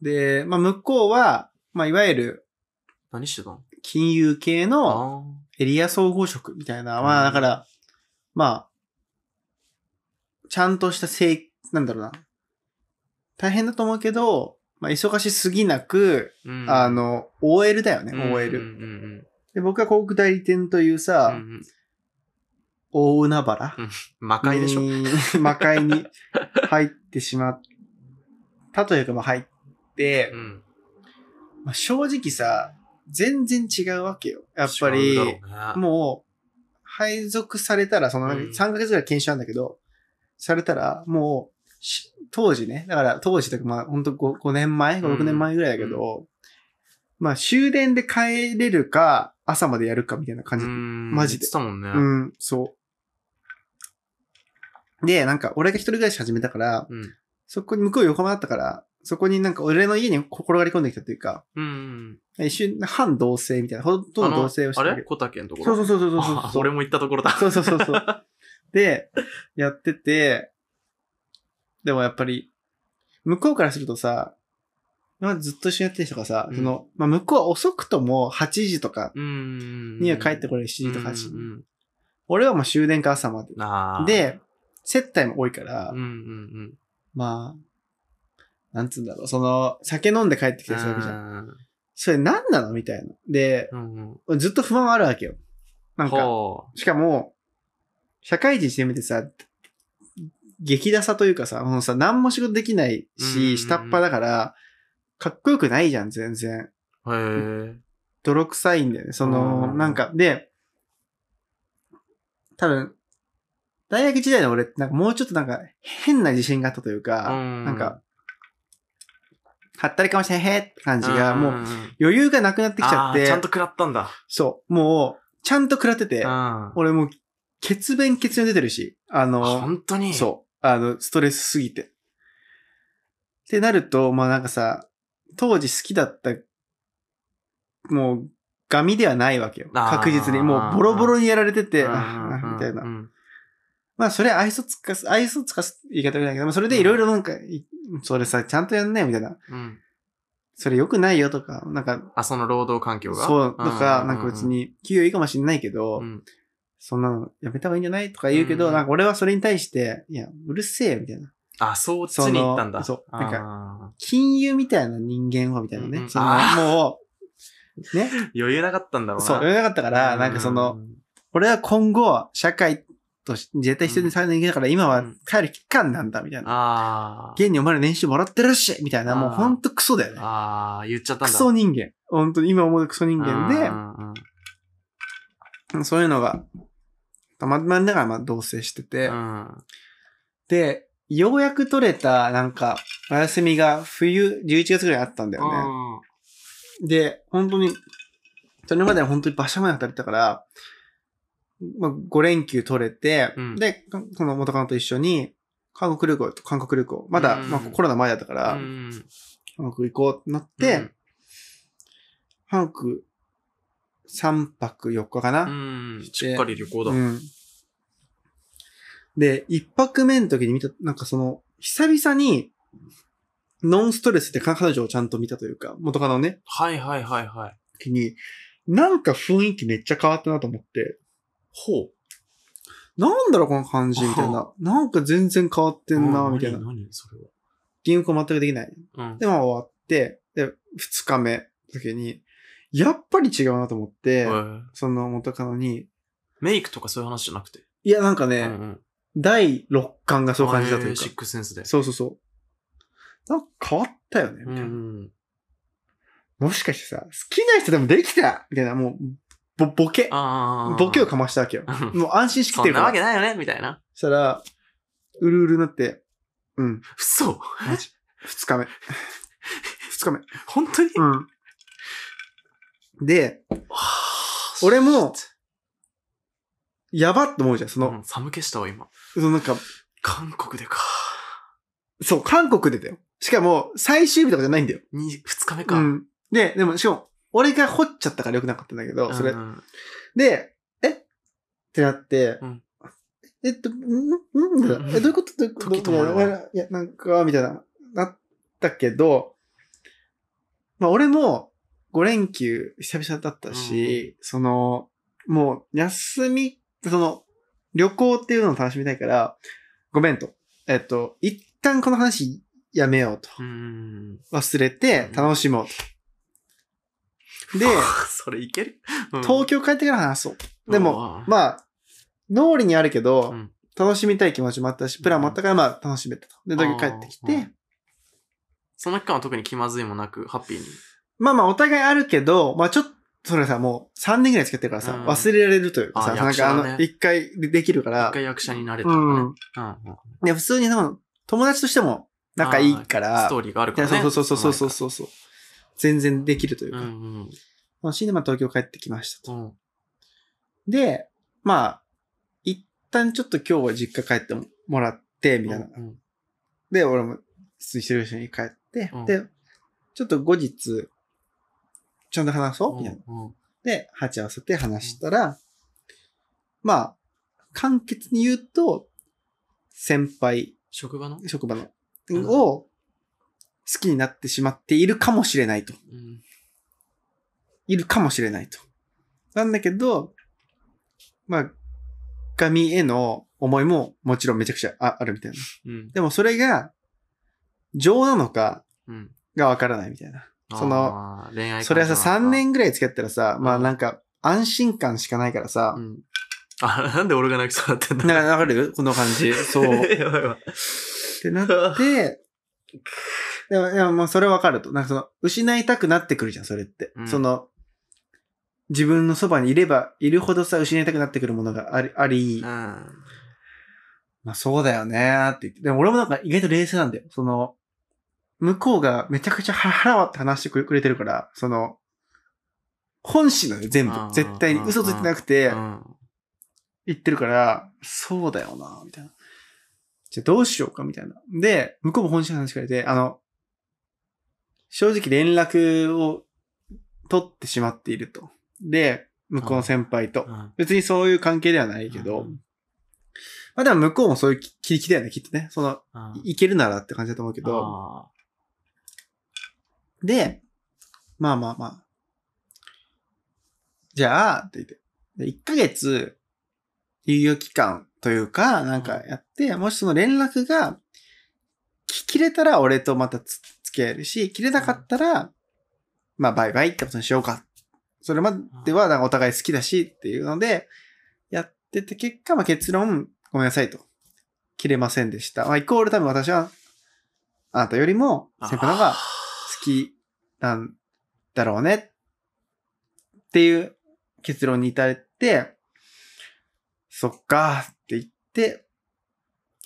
[SPEAKER 2] で、まあ、向こうは、まあ、いわゆる
[SPEAKER 1] 何してたの
[SPEAKER 2] 金融系の、
[SPEAKER 1] あ
[SPEAKER 2] エリア総合職みたいな、
[SPEAKER 1] うん
[SPEAKER 2] まあだから、まあ、ちゃんとした正、なんだろうな。大変だと思うけど、まあ忙しすぎなく、
[SPEAKER 1] ーうん
[SPEAKER 2] あ、の、OL だよね、
[SPEAKER 1] うん
[SPEAKER 2] OL。
[SPEAKER 1] うんうんうん
[SPEAKER 2] で、僕は広告代理店という
[SPEAKER 1] う
[SPEAKER 2] さ、
[SPEAKER 1] んうん
[SPEAKER 2] 大海原。
[SPEAKER 1] 魔界でしょ。
[SPEAKER 2] ょ魔界に入ってしまったというか、まあ入って、
[SPEAKER 1] うん
[SPEAKER 2] まあ正直さ、全然違うわけよ。やっぱり、
[SPEAKER 1] 違うんだろうね
[SPEAKER 2] もう、配属されたら、その
[SPEAKER 1] うん
[SPEAKER 2] 3ヶ月ぐらい研修なんだけど、されたら、もうし、当時ね、だから当時とか、まあ本当 5, 5年前、5、6年前ぐらいだけど、まあ終電で帰れるか、朝までやるかみたいな感じ。うん、マ
[SPEAKER 1] マ
[SPEAKER 2] ジで
[SPEAKER 1] 言ってたもんね。
[SPEAKER 2] そう。で、なんか俺が一人暮らし始めたから、
[SPEAKER 1] うん。
[SPEAKER 2] そこに向こう横浜だったから、そこになんか俺の家に心がり込んできたというか、
[SPEAKER 1] うんうん。
[SPEAKER 2] 一瞬、半同棲みたいな、ほとんど同棲をして
[SPEAKER 1] あ
[SPEAKER 2] た
[SPEAKER 1] のあれ小竹のとこ
[SPEAKER 2] そう
[SPEAKER 1] ろ。
[SPEAKER 2] そうそうそうそう
[SPEAKER 1] あ
[SPEAKER 2] そう。
[SPEAKER 1] 俺も行ったところだ。
[SPEAKER 2] そうそうそう そう。で、やってて、でもやっぱり、向こうからするとさ、今までずっと一緒にやってる人がさ、
[SPEAKER 1] うん
[SPEAKER 2] その、まあ、向こうは遅くとも8時とか
[SPEAKER 1] うん。
[SPEAKER 2] には帰ってこ
[SPEAKER 1] れ、
[SPEAKER 2] れる7時とか8時。
[SPEAKER 1] うんうん
[SPEAKER 2] 俺はもう終電か朝まで。
[SPEAKER 1] あー、
[SPEAKER 2] で、接待も多いから、
[SPEAKER 1] うんうんうん。
[SPEAKER 2] まあ、なんつうんだろう、その、酒飲んで帰ってきたりするわけじゃん。
[SPEAKER 1] ん。
[SPEAKER 2] それ何なのみたいな。で、
[SPEAKER 1] うんうん。
[SPEAKER 2] ずっと不満はあるわけよ。なんか、
[SPEAKER 1] ほ
[SPEAKER 2] しかも、社会人してみてさ、激ダサというかさ、もうさ、何も仕事できない
[SPEAKER 1] うんうんうん
[SPEAKER 2] し、下っ端だから、かっこよくないじゃん、全然。
[SPEAKER 1] う。へえ。
[SPEAKER 2] 泥臭いんだよね。そ
[SPEAKER 1] うんうんう
[SPEAKER 2] の、
[SPEAKER 1] ん
[SPEAKER 2] なんか、で、多分、大学時代の俺って、なんかもうちょっとなんか、変な自信があったというか、
[SPEAKER 1] うん
[SPEAKER 2] なんか、はったりかもしれへんへーって感じが、も
[SPEAKER 1] ん
[SPEAKER 2] うん
[SPEAKER 1] ん、
[SPEAKER 2] 余裕がなくなってきちゃっ
[SPEAKER 1] あー
[SPEAKER 2] て、
[SPEAKER 1] ちゃんと食らったんだ。
[SPEAKER 2] そう、もう、ちゃんと食らってて、
[SPEAKER 1] うん。
[SPEAKER 2] 俺もう、血便血便出てるし、あの、
[SPEAKER 1] 本当に。
[SPEAKER 2] そう、あの、ストレスすぎて。ってなると、まあなんかさ、当時好きだった、もう、ガミではないわけよ。
[SPEAKER 1] あー
[SPEAKER 2] 確実に。もうボロボロにやられて
[SPEAKER 1] う
[SPEAKER 2] て、
[SPEAKER 1] んうん
[SPEAKER 2] あ
[SPEAKER 1] うん。
[SPEAKER 2] ーみたいな
[SPEAKER 1] う。ん
[SPEAKER 2] まあそれ愛想つかす、愛想つかす言い方じゃないけど、まあそれでいろいろなんか、いそれさ、ちゃんとやんないよみたいな。
[SPEAKER 1] うん。
[SPEAKER 2] それ良くないよとか、なんか、
[SPEAKER 1] あ、その労働環境が。
[SPEAKER 2] そう、と
[SPEAKER 1] ん
[SPEAKER 2] か、なんか別。に、給与いいかもしれないけど、
[SPEAKER 1] うん
[SPEAKER 2] そんなのやめた方がいいんじゃないとか言うけど、
[SPEAKER 1] うん
[SPEAKER 2] なんか俺はそれに対して、いや、うるせえよ、みたいな。
[SPEAKER 1] あ、そう、つに行ったんだ。
[SPEAKER 2] そのそうなん
[SPEAKER 1] か。
[SPEAKER 2] 金融みたいな人間は、みたいなね。
[SPEAKER 1] うんうん
[SPEAKER 2] その
[SPEAKER 1] あ
[SPEAKER 2] も う、ね、
[SPEAKER 1] 余裕なかったんだろうな。
[SPEAKER 2] そう、言えなかったから、なんかその、、俺は今後、社会とし絶対必要にされない人間だから、今は帰る期間なんだ、みたいな。
[SPEAKER 1] あー
[SPEAKER 2] 現にお前ら年収もらってるっしゃみたいな、もう
[SPEAKER 1] あー
[SPEAKER 2] ほんとクソだよね。
[SPEAKER 1] あー、言っちゃったんだ。
[SPEAKER 2] クソ人間。本当に今思うとクソ人間で、
[SPEAKER 1] う
[SPEAKER 2] そういうのが、たままんだからまあ同棲してて、
[SPEAKER 1] ん
[SPEAKER 2] で、ようやく取れた、なんか、お休みが冬、11月ぐらいあったんだよね。で、本当に、それまでは本当に馬車馬で働いてたから、まあ、5連休取れて、
[SPEAKER 1] うん
[SPEAKER 2] で、かこの元カノと一緒に、韓国旅行と、韓国旅行。まだ、
[SPEAKER 1] うん
[SPEAKER 2] まあ、コロナ前だったから、
[SPEAKER 1] うん
[SPEAKER 2] 韓国行こうってなって、
[SPEAKER 1] うん
[SPEAKER 2] 韓国3泊4日かな、
[SPEAKER 1] うんしっかり旅行だ。
[SPEAKER 2] うん。で、一泊目の時に見た、なんかその、久々に、ノンストレスって彼女をちゃんと見たというか、元カノね、
[SPEAKER 1] はいはいはいはい。
[SPEAKER 2] 時に、なんか雰囲気めっちゃ変わったなと思って、
[SPEAKER 1] ほう。
[SPEAKER 2] なんだろうこの感じみたいな。なんか全然変わってんな、
[SPEAKER 1] うん
[SPEAKER 2] みたいな。
[SPEAKER 1] 何何それ
[SPEAKER 2] 銀行全くできない。
[SPEAKER 1] は。うん。
[SPEAKER 2] で、まあ終わって、で、二日目の時に、やっぱり違うなと思って、
[SPEAKER 1] へえ
[SPEAKER 2] その元カノに、
[SPEAKER 1] メイクとかそういう話じゃなくて。
[SPEAKER 2] いや、なんかね、
[SPEAKER 1] うんうん
[SPEAKER 2] 第六感がそう感じたとい
[SPEAKER 1] へ
[SPEAKER 2] う
[SPEAKER 1] え
[SPEAKER 2] か
[SPEAKER 1] シ。ックスセンスで。
[SPEAKER 2] そうそうそう。なんか変わったよね、
[SPEAKER 1] う
[SPEAKER 2] み
[SPEAKER 1] ん
[SPEAKER 2] たいな。
[SPEAKER 1] うん。
[SPEAKER 2] もしかしてさ、好きな人でもできたみたいな、もう、ぼ、ボケ。
[SPEAKER 1] ああ。
[SPEAKER 2] ボケをかましたわけよ。
[SPEAKER 1] うん
[SPEAKER 2] もう安心してき
[SPEAKER 1] そ
[SPEAKER 2] て
[SPEAKER 1] ん
[SPEAKER 2] るか
[SPEAKER 1] なわ
[SPEAKER 2] ら。
[SPEAKER 1] けないよねみたいな。
[SPEAKER 2] そしたら、うるうるになって、うん、
[SPEAKER 1] 嘘
[SPEAKER 2] マジ。二日目。二日目。
[SPEAKER 1] 本当に
[SPEAKER 2] うん。で、 俺も、やばって思うじゃん。その、
[SPEAKER 1] うん寒気したわ、今。
[SPEAKER 2] そのなんか、
[SPEAKER 1] 韓国でか。
[SPEAKER 2] そう、韓国でだよ。しかも、最終日とかじゃないんだよ。
[SPEAKER 1] に二日目か。
[SPEAKER 2] う
[SPEAKER 1] うん
[SPEAKER 2] ん。で、でも、しかも、俺が掘っちゃったから良くなかったんだけど、それ
[SPEAKER 1] う、ん
[SPEAKER 2] で、えってなって、
[SPEAKER 1] うん
[SPEAKER 2] えっと、んんみたいなえ、どういうことどういうこと
[SPEAKER 1] 時止まるわ
[SPEAKER 2] いやいや、なんか、みたいな、なったけど、まあ俺も5連休久々だったし、その、もう休み、その、旅行っていうのを楽しみたいから、ごめんと。えっと、一旦この話やめようと。
[SPEAKER 1] うん。
[SPEAKER 2] 忘れて
[SPEAKER 1] うん
[SPEAKER 2] 楽しもうと。で、
[SPEAKER 1] それいけるうん
[SPEAKER 2] 東京帰ってから話そう。でも、
[SPEAKER 1] も
[SPEAKER 2] まあ、脳裏にあるけど、
[SPEAKER 1] うん
[SPEAKER 2] 楽しみたい気持ちもあったし、プランもあったから、まあ、楽しめたと。で、時々帰ってき
[SPEAKER 1] あーう
[SPEAKER 2] て、
[SPEAKER 1] その期間は特に気まずいもなく、ハッピーに。
[SPEAKER 2] まあまあ、お互いあるけど、まあ、ちょっそれさ、もう3年ぐらい付き合ってるからさ、
[SPEAKER 1] うん
[SPEAKER 2] 忘れられるというかさ、
[SPEAKER 1] あ
[SPEAKER 2] なん
[SPEAKER 1] 役者
[SPEAKER 2] かあ
[SPEAKER 1] だね
[SPEAKER 2] の、一回でできるから
[SPEAKER 1] 一、回役者になれた
[SPEAKER 2] う
[SPEAKER 1] とかね。
[SPEAKER 2] ん。
[SPEAKER 1] うんうん
[SPEAKER 2] で、普通にでも友達としても仲いいから、
[SPEAKER 1] ストーリーがあるから
[SPEAKER 2] い
[SPEAKER 1] ね。
[SPEAKER 2] やそうそうそうそうそうそう。全然できるという
[SPEAKER 1] う
[SPEAKER 2] か、
[SPEAKER 1] ん
[SPEAKER 2] まあシネマ東京帰ってきましたと。
[SPEAKER 1] うん。うん
[SPEAKER 2] で、まあ、一旦ちょっと今日は実家帰ってもらって、みたいな。
[SPEAKER 1] うん
[SPEAKER 2] で、俺も、水星両親に帰って、
[SPEAKER 1] うん
[SPEAKER 2] で、ちょっと後日、ちゃんと話そう、みたいな。
[SPEAKER 1] うん
[SPEAKER 2] で、鉢合わせて話したら、まあ、簡潔に言うと、先輩、
[SPEAKER 1] 職場の
[SPEAKER 2] 職場の
[SPEAKER 1] うん、
[SPEAKER 2] を好きになってしまっているかもしれないと。
[SPEAKER 1] うん
[SPEAKER 2] いるかもしれないと。なんだけど、まあ、神への思いももちろんめちゃくちゃああるみたいな。
[SPEAKER 1] うん
[SPEAKER 2] でもそれが、情なのか
[SPEAKER 1] うん。
[SPEAKER 2] がわからないみたいな。その
[SPEAKER 1] あー、恋愛
[SPEAKER 2] それはさ、
[SPEAKER 1] 感
[SPEAKER 2] 3
[SPEAKER 1] 情なのか。
[SPEAKER 2] 年ぐらい付き合ったらさ、まあ
[SPEAKER 1] うん
[SPEAKER 2] なんか安心感しかないからさ
[SPEAKER 1] う、ん。あ、なんで俺が泣きそうになってんだ
[SPEAKER 2] なんかわかるこの感 じ。そう。っ
[SPEAKER 1] やばいわ。
[SPEAKER 2] てなって、 でも、でももうそれわかると。なんかその、失いたくなってくるじゃん、それって。
[SPEAKER 1] うん
[SPEAKER 2] その、自分のそばにいればいるほどさ、失いたくなってくるものがあり、あり、
[SPEAKER 1] うん。
[SPEAKER 2] まあそうだよねーって言って。でも俺もなんか意外と冷静なんだよ。その、向こうがめちゃくちゃ腹割って話してくれてるから、その、本心なのよ、全部
[SPEAKER 1] うんうんう。ん
[SPEAKER 2] 絶対に。嘘ついてなくて
[SPEAKER 1] う、ん
[SPEAKER 2] 言ってるから、そうだよな、みたいな。じゃあどうしようか、みたいな。で、向こうも本心の話してくれて、あの、正直連絡を取ってしまっていると。で、向こうの先輩と
[SPEAKER 1] う。ん
[SPEAKER 2] 別にそういう関係ではないけど、
[SPEAKER 1] うん
[SPEAKER 2] まあでも向こうもそういうき切り気だよね、きっとね。その、
[SPEAKER 1] うん
[SPEAKER 2] いいけるならって感じだと思うけど。
[SPEAKER 1] あ
[SPEAKER 2] で、まあまあまあ。じゃあ、って言って。で1ヶ月、猶予期間というか、なんかやって、もしその連絡が、き切れたら俺とまたつ付き合えるし、切れなかったら、まあバイバイってことにしようか。それまではなんかお互い好きだしっていうので、やってて結果、まあ結論、ごめんなさいと。切れませんでした。まあイコール多分私は、あなたよりも
[SPEAKER 1] ー
[SPEAKER 2] 先輩の方が好きなんだろうねっていう結論に至って、そっかって言って、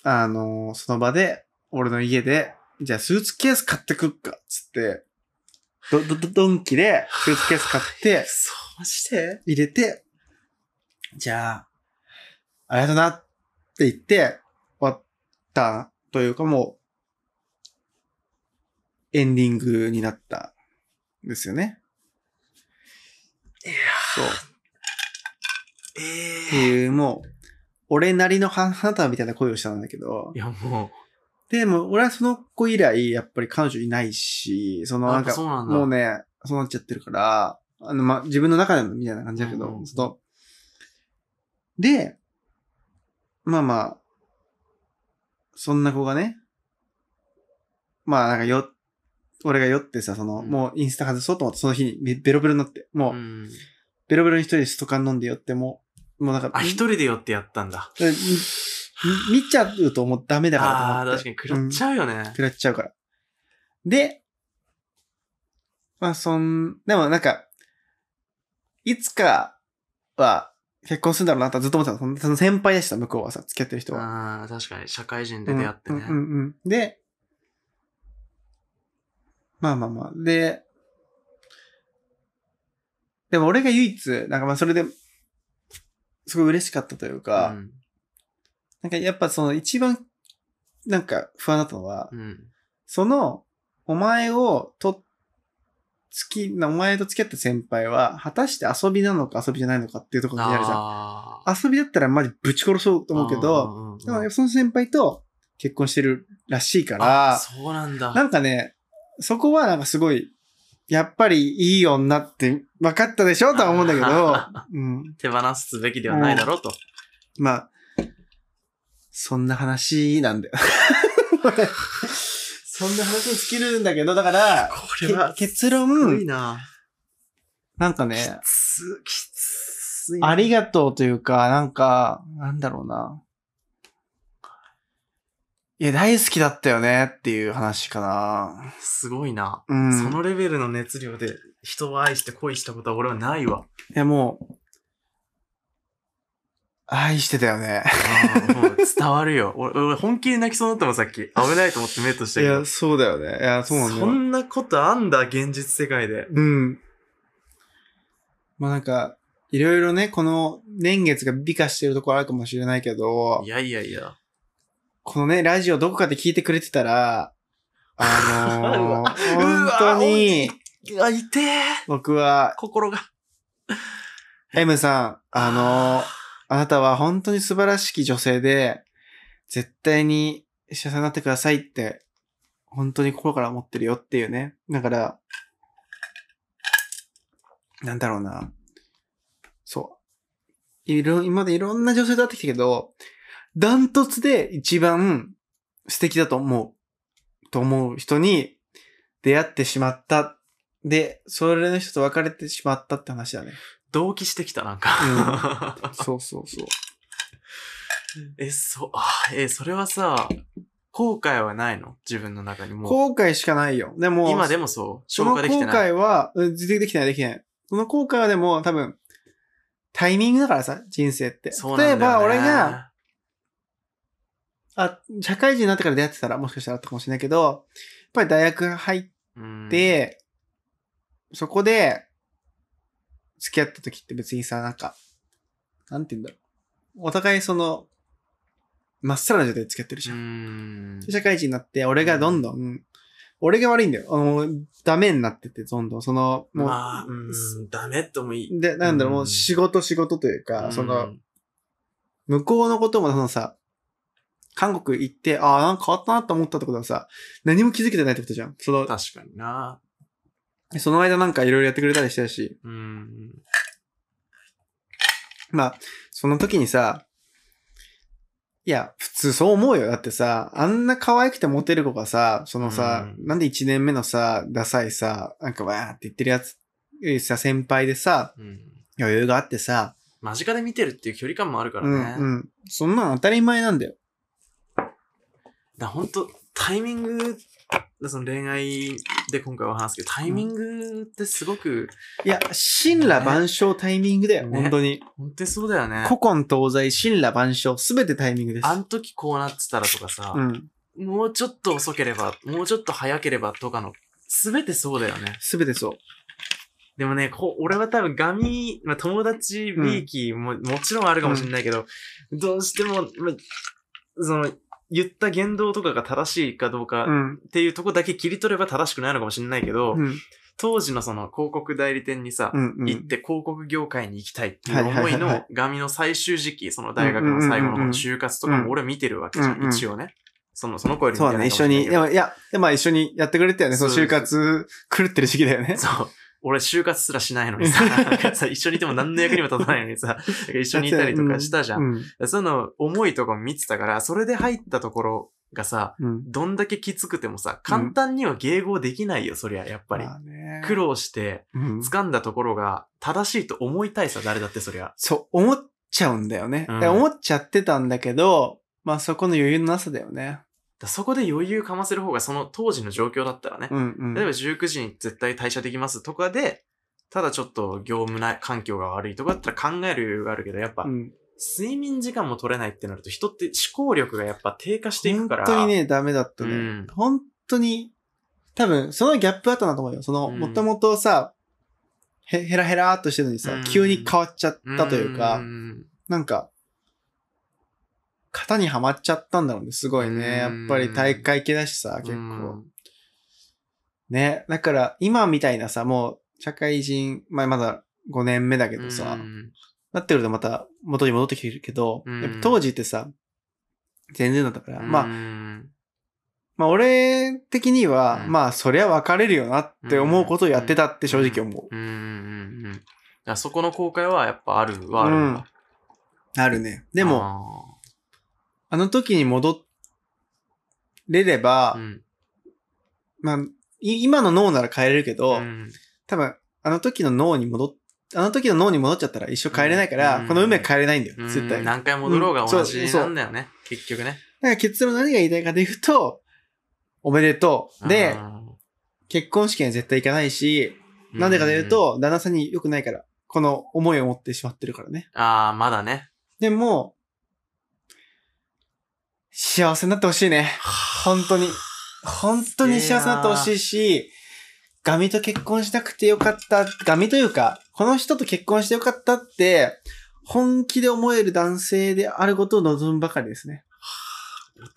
[SPEAKER 2] あのーその場で、俺の家で、じゃあスーツケース買ってくっか、つって、ど、ど、ど、ドンキでスーツケース買って、
[SPEAKER 1] そうし
[SPEAKER 2] で入れて、じゃあ、ありがとうなって言って、終わったというかもう、エンディングになったんですよね。
[SPEAKER 1] いや
[SPEAKER 2] そう。っ
[SPEAKER 1] え
[SPEAKER 2] て
[SPEAKER 1] え。
[SPEAKER 2] いう、もう、俺なりの花束みたいな恋をしたんだけど
[SPEAKER 1] い、や、も
[SPEAKER 2] でも俺はその子以来、やっぱり彼女いないし、そのな
[SPEAKER 1] あ
[SPEAKER 2] ん
[SPEAKER 1] やっぱ
[SPEAKER 2] か、
[SPEAKER 1] そうなんだ
[SPEAKER 2] もうね、そうなっちゃってるから、あの、ま、自分の中でもみたいな感じだけど、
[SPEAKER 1] うん
[SPEAKER 2] その、で、まあまあ、そんな子がね、まあなんかよ、俺が酔ってさ、その、
[SPEAKER 1] うん
[SPEAKER 2] もうインスタ外そうと思って、その日にべベロベロになって、も
[SPEAKER 1] う、う
[SPEAKER 2] う、
[SPEAKER 1] ん。
[SPEAKER 2] ベロベロに一人でストカン飲んで酔って、もう、もうなんか、
[SPEAKER 1] あ、一人で寄ってやったんだ。
[SPEAKER 2] でみ見ちゃうともうダメだからと思って。
[SPEAKER 1] ああー、確かに食らっちゃうよね。
[SPEAKER 2] 食らっちゃうから。で、まあそん、でもなんか、いつかは結婚するんだろうなとはずっと思ってたのその。その先輩でした、向こうはさ、付き合ってる人は。
[SPEAKER 1] ああ、確かに。社会人で出会ってね
[SPEAKER 2] うん。うんうんうん。で、まあまあまあ。で、でも俺が唯一、なんかまあそれで、すごい嬉しかったというか、
[SPEAKER 1] うん
[SPEAKER 2] なんかやっぱその一番、なんか不安だったのは、
[SPEAKER 1] うん。
[SPEAKER 2] その、お前をと、好きな、お前と付き合った先輩は、果たして遊びなのか遊びじゃないのかっていうところになるじゃん。
[SPEAKER 1] ああ。
[SPEAKER 2] 遊びだったらマジぶち殺そうと思うけど、
[SPEAKER 1] んんうん、
[SPEAKER 2] でもその先輩と結婚してるらしいか
[SPEAKER 1] あ
[SPEAKER 2] ら、
[SPEAKER 1] そうなんだ。
[SPEAKER 2] なんかね、そこはなんかすごい、やっぱりいい女って分かったでしょとは思うんだけど、うん、
[SPEAKER 1] 手放すべきではないだろうと。
[SPEAKER 2] まあ、そんな話なん だよ。そんな話に尽きるんだけど、だから、
[SPEAKER 1] こ
[SPEAKER 2] け結論、
[SPEAKER 1] な。
[SPEAKER 2] なんかね、
[SPEAKER 1] つ、きついな。
[SPEAKER 2] ありがとうというか、なんか、なんだろうな。いや、大好きだったよねっていう話かな。
[SPEAKER 1] すごいな。
[SPEAKER 2] うん。
[SPEAKER 1] そのレベルの熱量で人を愛して恋したことは俺はないわ。
[SPEAKER 2] いや、もう、愛してたよね。
[SPEAKER 1] あーもう伝わるよ。 俺、俺本気で泣きそうになったもん、さっき。危ないと思って目と し
[SPEAKER 2] い
[SPEAKER 1] たけど
[SPEAKER 2] や、。そうだよね。いや、そうなんだよ。
[SPEAKER 1] んなことあんだ、現実世界で。
[SPEAKER 2] うん。まあなんか、いろいろね、この年月が美化してるところあるかもしれないけど
[SPEAKER 1] い、やいやいや。
[SPEAKER 2] このね、ラジオどこかで聞いてくれてたら、あのー
[SPEAKER 1] うわ
[SPEAKER 2] 本当に、
[SPEAKER 1] あ、いてえ
[SPEAKER 2] 僕は、
[SPEAKER 1] 心が。
[SPEAKER 2] M さん、あのーあなたは本当に素晴らしき女性で、絶対に幸せになってくださいって、本当に心から思ってるよっていうね。だから、なんだろうな。そう。いろ、今までいろんな女性と会ってきたけど、ダントツで一番素敵だと思う、と思う人に出会ってしまった。で、それの人と別れてしまったって話だね。
[SPEAKER 1] 同期してきた、なんか。
[SPEAKER 2] そうそうそう。
[SPEAKER 1] え、そ、あ、え、それはさ、後悔はないの自分の中にもう。
[SPEAKER 2] 後悔しかないよ。でも、
[SPEAKER 1] 今でもそう、
[SPEAKER 2] そ
[SPEAKER 1] 消
[SPEAKER 2] の
[SPEAKER 1] 化
[SPEAKER 2] 後
[SPEAKER 1] できてない。
[SPEAKER 2] 悔は、うんでできてない、できてない。その後悔はでも多分、タイミングだからさ、人生って。
[SPEAKER 1] そう
[SPEAKER 2] 例
[SPEAKER 1] な
[SPEAKER 2] え
[SPEAKER 1] んだよ
[SPEAKER 2] ば、
[SPEAKER 1] ね
[SPEAKER 2] 俺が、、あ、社会人になってから出会ってたら、もしかしたらあったかもしれないけど、やっぱり大学入っ
[SPEAKER 1] うん、
[SPEAKER 2] て、そこで、付き合った時って別にさ、なんか、なんて言うんだろう。お互いその、まっさらな状態で付き合ってるじ
[SPEAKER 1] う
[SPEAKER 2] ゃん。
[SPEAKER 1] ん。
[SPEAKER 2] 社会人になって、俺がどんどん、俺が悪いんだよ。あの、ダメになってて、どんどん、その、もう、
[SPEAKER 1] まあ、うん、ダメともいい。
[SPEAKER 2] で、なんだろう、
[SPEAKER 1] うん
[SPEAKER 2] もう仕事仕事というか、
[SPEAKER 1] うん
[SPEAKER 2] その、、向こうのこともそのさ、韓国行って、ああ、なんか変わったなと思ったってことはさ、何も気づけてないってことじゃん。その、
[SPEAKER 1] 確かにな。
[SPEAKER 2] その間なんかいろいろやってくれたりしたし、
[SPEAKER 1] うん。
[SPEAKER 2] まあ、その時にさ、いや、普通そう思うよ。だってさ、あんな可愛くてモテる子がさ、そのさ、
[SPEAKER 1] う
[SPEAKER 2] なんで1年目のさ、ダサいさ、なんかわーって言ってるやつ、えさ、先輩でさ、
[SPEAKER 1] うん。
[SPEAKER 2] 余裕があってさ、
[SPEAKER 1] 間近で見てるっていう距離感もあるから
[SPEAKER 2] う
[SPEAKER 1] ね。
[SPEAKER 2] んうん。そんなの当たり前なんだよ。
[SPEAKER 1] だ本当タイミングその恋愛で今回お話すけどタイミングってすごく、
[SPEAKER 2] いや、神羅万象タイミングだよ、
[SPEAKER 1] ね
[SPEAKER 2] 本当に。
[SPEAKER 1] 本当にそうだよね
[SPEAKER 2] 古今東西、神羅万象、すべてタイミングです。
[SPEAKER 1] あん時こうなってたらとかさ
[SPEAKER 2] う、ん。
[SPEAKER 1] もうちょっと遅ければもうちょっと早ければとかの全てそうだよね
[SPEAKER 2] すべてそう。
[SPEAKER 1] でもねこう俺は多分ガミ、まあ、友達
[SPEAKER 2] うん
[SPEAKER 1] ビーキも、もちろんあるかもしれないけど、どうしても、まあその言った言動とかが正しいかどうか
[SPEAKER 2] うん。
[SPEAKER 1] っていうとこだけ切り取れば正しくないのかもしれないけど、
[SPEAKER 2] うん。
[SPEAKER 1] 当時のその広告代理店にさ、
[SPEAKER 2] うん。うん
[SPEAKER 1] 行って広告業界に行きたいっていう
[SPEAKER 2] はい
[SPEAKER 1] 思
[SPEAKER 2] はい
[SPEAKER 1] い
[SPEAKER 2] はいはい
[SPEAKER 1] のガミの最終時期、その大学の最後の方の就活とかも俺見てるわけじゃ
[SPEAKER 2] うんうんうん
[SPEAKER 1] ん、一応ね。その、その子より
[SPEAKER 2] そうだね、一緒に。で
[SPEAKER 1] でも
[SPEAKER 2] も、いや、でも一緒にやってくれてたよね。その
[SPEAKER 1] そう
[SPEAKER 2] 就活狂ってる時期だよね。
[SPEAKER 1] そう。俺就活すらしない のにさ、なんかさ一緒にいても何の役にも立たないのにさ、一緒にいたりとかしたじゃ。
[SPEAKER 2] うんん。
[SPEAKER 1] その思いとかも見てたから、それで入ったところがさ、
[SPEAKER 2] うん。
[SPEAKER 1] どんだけきつくてもさ、簡単には迎合できないよ、そりゃ、やっぱり。
[SPEAKER 2] まあね
[SPEAKER 1] 苦労して、
[SPEAKER 2] うん
[SPEAKER 1] 掴んだところが正しいと思いたいさ、誰だってそりゃ。
[SPEAKER 2] そう、思っちゃうんだよね。
[SPEAKER 1] うん
[SPEAKER 2] だから思っちゃってたんだけど、まあそこの余裕のなさだよね。
[SPEAKER 1] だそこで余裕かませる方がその当時の状況だったらね、
[SPEAKER 2] うんうん。
[SPEAKER 1] 例えば19時に絶対退社できますとかで、ただちょっと業務な環境が悪いとかだったら考える余裕があるけど、やっぱ、
[SPEAKER 2] うん、
[SPEAKER 1] 睡眠時間も取れないってなると人って思考力がやっぱ低下していく
[SPEAKER 2] 本
[SPEAKER 1] から。
[SPEAKER 2] 当にね、ダメだった
[SPEAKER 1] う
[SPEAKER 2] ね。
[SPEAKER 1] ん。
[SPEAKER 2] 本当に、多分、そのギャップあったなと思うよ。その、
[SPEAKER 1] うん
[SPEAKER 2] もともとさ、へ、へらへらーっとしてるのにさ、
[SPEAKER 1] うん
[SPEAKER 2] 急に変わっちゃったというか、
[SPEAKER 1] ん
[SPEAKER 2] なんか、型にはまっちゃったんだろうね。すごいね。やっ
[SPEAKER 1] うん
[SPEAKER 2] ぱり大会系だしさ、結構。ね。だから、今みたいなさ、もう、社会人、まあ、まだ5年目だけ
[SPEAKER 1] け
[SPEAKER 2] どさ、なってくるとまた元に戻ってきてるけど、
[SPEAKER 1] うん
[SPEAKER 2] やっぱ当時ってさ、全然だったから、まあ、
[SPEAKER 1] あ、
[SPEAKER 2] まあ俺的には、
[SPEAKER 1] うん
[SPEAKER 2] まあそりゃ別れるよなって思うことをやってたって正直思う。
[SPEAKER 1] うんうんうん。だからそこの後悔はやっぱあるはあるんだ。
[SPEAKER 2] あるね。でも、
[SPEAKER 1] も、
[SPEAKER 2] あの時に戻れれば、
[SPEAKER 1] うん
[SPEAKER 2] まあ、い今の脳なら変えれるけど、
[SPEAKER 1] うん
[SPEAKER 2] 多分、あの時の脳に戻っ、あの時の脳に戻っちゃったら一生変えれないから、
[SPEAKER 1] うん
[SPEAKER 2] この運命変えれないんだよ、
[SPEAKER 1] うん
[SPEAKER 2] 絶対。
[SPEAKER 1] 何回戻ろうが同
[SPEAKER 2] う
[SPEAKER 1] じ
[SPEAKER 2] んそう
[SPEAKER 1] なんだよね、結局ね。
[SPEAKER 2] だから結論何が言いたいかというと、おめでとう。で、結婚式には絶対行かないし、
[SPEAKER 1] うん
[SPEAKER 2] なんでかという、と、旦那さんに良くないから、この思いを持ってしまってるからね。
[SPEAKER 1] ああ、まだね。
[SPEAKER 2] でも、幸せになってほしいね。本当に。本当に幸せになってほしいし、ガミと結婚しなくてよかった。ガミというか、この人と結婚してよかったって、本気で思える男性であることを望むばかりですね。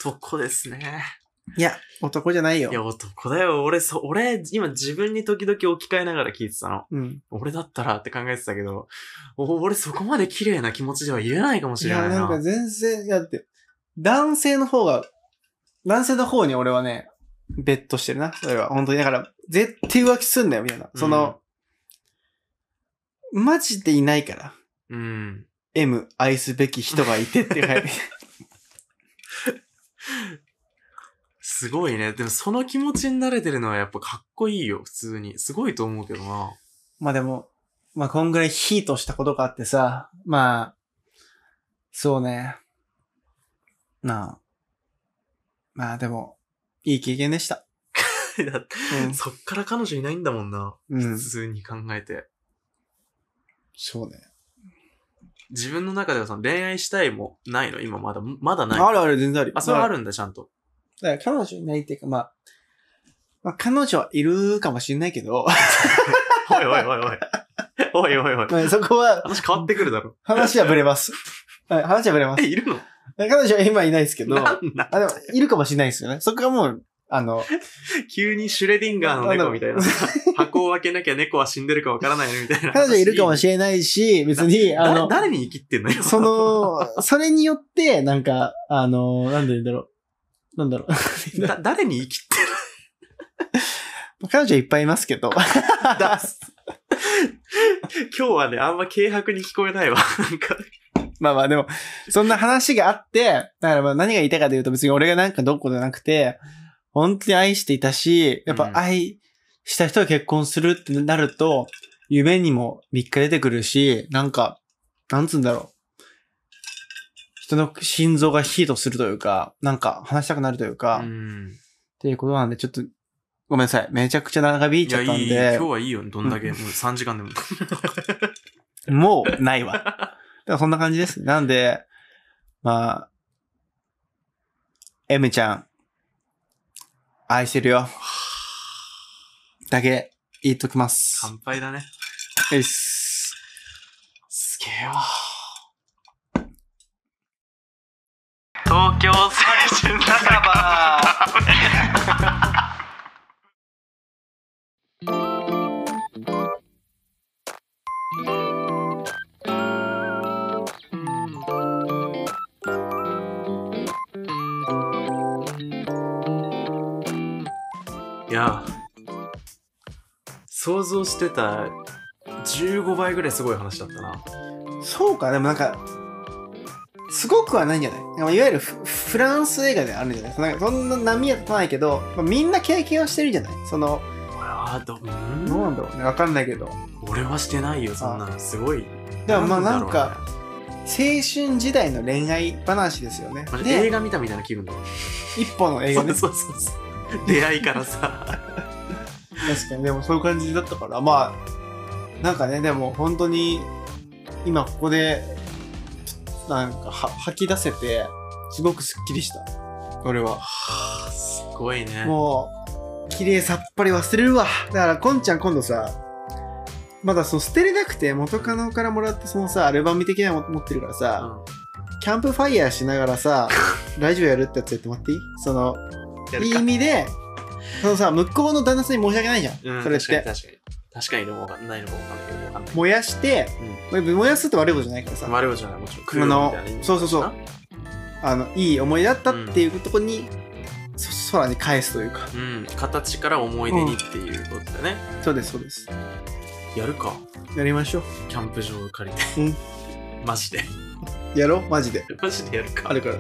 [SPEAKER 1] 男ですね。
[SPEAKER 2] いや、男じゃないよ。
[SPEAKER 1] いや、男だよ。俺、そ、俺、今自分に時々置き換えながら聞いてたの。
[SPEAKER 2] うん。
[SPEAKER 1] 俺だったらって考えてたけど、お俺そこまで綺麗な気持ちではいれないかもし
[SPEAKER 2] い
[SPEAKER 1] れな
[SPEAKER 2] や、
[SPEAKER 1] いな。
[SPEAKER 2] なんか全然、いやだって、男性の方が、男性の方に俺はね、ベットしてるな。それは、本当に。だから、絶対浮気すんなよ、みたいな。その、マジでいないから。
[SPEAKER 1] うん。
[SPEAKER 2] M 愛すべき人がいてって書 いて。
[SPEAKER 1] すごいね。でもその気持ちに慣れてるのはやっぱかっこいいよ、普通に。すごいと思うけど な。
[SPEAKER 2] まあでも、まあこんぐらいヒートしたことがあってさ、まあ、そうね。なあ。まあでも、いい経験でした。
[SPEAKER 1] だって
[SPEAKER 2] うん
[SPEAKER 1] そっから彼女いないんだもんな。
[SPEAKER 2] うん
[SPEAKER 1] 普通に考えて。
[SPEAKER 2] そうね。
[SPEAKER 1] 自分の中ではその恋愛したいもないの今まだ、まだない。
[SPEAKER 2] あるある、全然あるよ。
[SPEAKER 1] あ、それはあるんだ、ちゃんと。
[SPEAKER 2] だから彼女いないっていうか、まあ、まあ、彼女はいるかもしれないけど、
[SPEAKER 1] おいおいおいおい。おいおいおい。
[SPEAKER 2] まあそこは、
[SPEAKER 1] 話変わってくるだろ。
[SPEAKER 2] 話はぶれます。はい話はぶれま
[SPEAKER 1] え、
[SPEAKER 2] す。
[SPEAKER 1] いるの
[SPEAKER 2] 彼女は今いないですけど、
[SPEAKER 1] な
[SPEAKER 2] あ、
[SPEAKER 1] んだ
[SPEAKER 2] でも、いるかもしれないですよね。そこはもう、あの、
[SPEAKER 1] 急にシュレディンガーの猫みたい な。箱を開けなきゃ猫は死んでるかわからないねみたいな。
[SPEAKER 2] 彼女いるかも
[SPEAKER 1] し
[SPEAKER 2] しれないし、別に、あの、
[SPEAKER 1] 誰に生きてんのよ。
[SPEAKER 2] その、それによって、なんか、あの、なんで言うんだろう。 なんだろ
[SPEAKER 1] だ誰に生きてる
[SPEAKER 2] う。彼女いっぱいいますけど。
[SPEAKER 1] んだ今日はね、あんま軽薄に聞こえないわ。なんか、
[SPEAKER 2] まあまあでも、そんな話があって、だからまあ何が言いたいかというと別に俺がなんかどうこうじゃなくて、本当に愛していたし、やっぱ愛した人が結婚するってなると、夢にも3日出てくるし、なんか、なんつうんだろう。人の心臓がヒートするというか、なんか話したくなるというか、っ
[SPEAKER 1] ん。
[SPEAKER 2] ていうことなんで、ちょっと、ごめんなさい。めちゃくちゃ長引い
[SPEAKER 1] い
[SPEAKER 2] ち
[SPEAKER 1] や、
[SPEAKER 2] ゃったん
[SPEAKER 1] いい。
[SPEAKER 2] で
[SPEAKER 1] 今日、はいいよ。どんだけ。もう3時間 でも。
[SPEAKER 2] もうない わ。だからそんな感じです。なんで、まあ、M ちゃん、愛してるよ。だけ言っときます。
[SPEAKER 1] 乾杯だね。
[SPEAKER 2] よいっす。
[SPEAKER 1] すげえわ。東京青春酒場いや想像してた15倍ぐらいすごい話だったな
[SPEAKER 2] そうか、でもなんか、すごくはないんじゃないまあいわゆるフフランス映画であるんじゃないなんかそんな波は立たないけど、まあ、みんな経験はしてるんじゃないその、
[SPEAKER 1] 俺はど
[SPEAKER 2] どうなんだろうね。わかんないけど。
[SPEAKER 1] 俺はしてないよそんなのすごい
[SPEAKER 2] でもまあ
[SPEAKER 1] だ
[SPEAKER 2] な
[SPEAKER 1] ろ
[SPEAKER 2] ん
[SPEAKER 1] うね
[SPEAKER 2] か、青春時代の恋愛話ですよね
[SPEAKER 1] ま。あ映
[SPEAKER 2] で、
[SPEAKER 1] 画見たみたいな気分だよ
[SPEAKER 2] 一本の映
[SPEAKER 1] そ
[SPEAKER 2] 画ね
[SPEAKER 1] う。そうそうそう出会いからさ
[SPEAKER 2] 確かに、でもそういう感じだったから、まあ、なんかね、でも本当に、今ここで、なんかは吐き出せて、すごくすっきりした。俺は。
[SPEAKER 1] すごいね
[SPEAKER 2] もう、綺麗さっぱり忘れるわ。だから、こんちゃん今度さ、まだその捨てれなくて元カノからもらったそのさ、アルバム的なの持ってるからさ、キャンプファイヤーしながらさ、ラジオやるってやつやってもらっていいその、
[SPEAKER 1] や
[SPEAKER 2] い
[SPEAKER 1] る
[SPEAKER 2] い
[SPEAKER 1] か
[SPEAKER 2] 意味で、そのさ、向こうの旦那さんに申し訳ないじゃん。
[SPEAKER 1] うん
[SPEAKER 2] それっ
[SPEAKER 1] 確かに
[SPEAKER 2] て。
[SPEAKER 1] 確かに確かにでもわかんないのかわかんないけどわかんない
[SPEAKER 2] 燃やして、燃やすって悪いことじゃないからさ、
[SPEAKER 1] マルオじゃないもちろん
[SPEAKER 2] あのそうそうそう
[SPEAKER 1] う
[SPEAKER 2] あの、いい思い出だったっていうとこに、そ空に返すというか。
[SPEAKER 1] うん形から思い出にっていうことだね
[SPEAKER 2] そうです、そうです。
[SPEAKER 1] やるか
[SPEAKER 2] やりましょ
[SPEAKER 1] キャンプ場借り
[SPEAKER 2] う
[SPEAKER 1] て
[SPEAKER 2] ん
[SPEAKER 1] マジで
[SPEAKER 2] う。やろうマジで。
[SPEAKER 1] マジでやるか
[SPEAKER 2] あるから。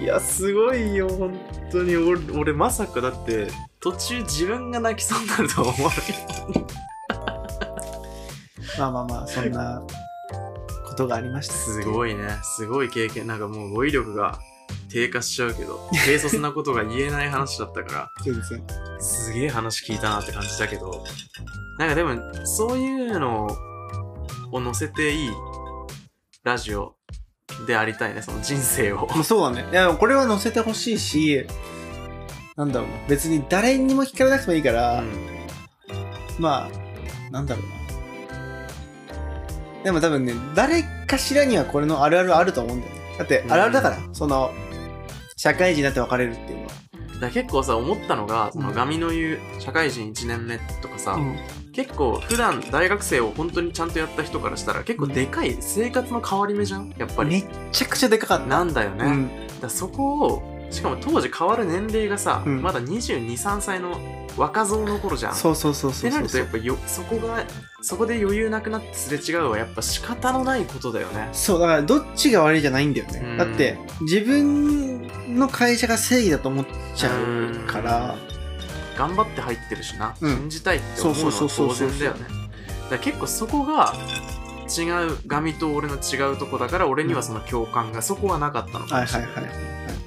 [SPEAKER 1] いやすごいよ本当に俺俺まさかだって途中自分が泣きそうになるとは思わなかった
[SPEAKER 2] まあまあまあ、そんなことがありました。
[SPEAKER 1] すごいねすごい経験なんかもう語彙力が低下しちゃうけど、軽率なことが言えない話だったか
[SPEAKER 2] 全然。
[SPEAKER 1] ら、すげえ話聞いたなって感じだけど、なんかでも、そういうのを載せていいラジオでありたいね、その人生を。
[SPEAKER 2] まあ、そうだね。いや、これは載せてほしいし、なんだろうな。別に誰にも聞かれなくてもいいか
[SPEAKER 1] う
[SPEAKER 2] ら、
[SPEAKER 1] ん、
[SPEAKER 2] まあ、なんだろうな。でも多分ね、誰かしらにはこれのあるあるあると思うんだよね。だって
[SPEAKER 1] う、ん
[SPEAKER 2] あるあるだから、その、社会人になって別れるっていうのは。
[SPEAKER 1] だから結構さ、思ったのが、その
[SPEAKER 2] うん
[SPEAKER 1] ガミの言う社会人1年目とかさ、
[SPEAKER 2] うん
[SPEAKER 1] 結構普段大学生を本当にちゃんとやった人からしたら結構でかい生活の変わり目じゃんやっぱ
[SPEAKER 2] め
[SPEAKER 1] り
[SPEAKER 2] っちゃくちゃでかかった。
[SPEAKER 1] なんだよね、
[SPEAKER 2] うん。
[SPEAKER 1] だからそこをしかも当時変わる年齢がさ、
[SPEAKER 2] うん
[SPEAKER 1] まだ2 2 3歳の若造の頃じゃん
[SPEAKER 2] そうそうそう
[SPEAKER 1] っ
[SPEAKER 2] そ
[SPEAKER 1] て
[SPEAKER 2] う
[SPEAKER 1] な
[SPEAKER 2] そ
[SPEAKER 1] る
[SPEAKER 2] う
[SPEAKER 1] とやっぱよそこがそこで余裕なくなってすれ違うはやっぱ仕方のないことだよね
[SPEAKER 2] そうだからどっちが悪いじゃないんだよ
[SPEAKER 1] うん
[SPEAKER 2] ねだって自分の会社が正義だと思っちゃうから
[SPEAKER 1] 頑張って入ってるしな、
[SPEAKER 2] うん
[SPEAKER 1] 信じたいって思うのは
[SPEAKER 2] そうそうそ
[SPEAKER 1] 当
[SPEAKER 2] うそうそう
[SPEAKER 1] 然だよねだから結構そこが違うガミと俺の違うとこだから俺にはその共感がそこはなかったのか
[SPEAKER 2] はい
[SPEAKER 1] もし
[SPEAKER 2] は
[SPEAKER 1] れ
[SPEAKER 2] い
[SPEAKER 1] ない、
[SPEAKER 2] はい、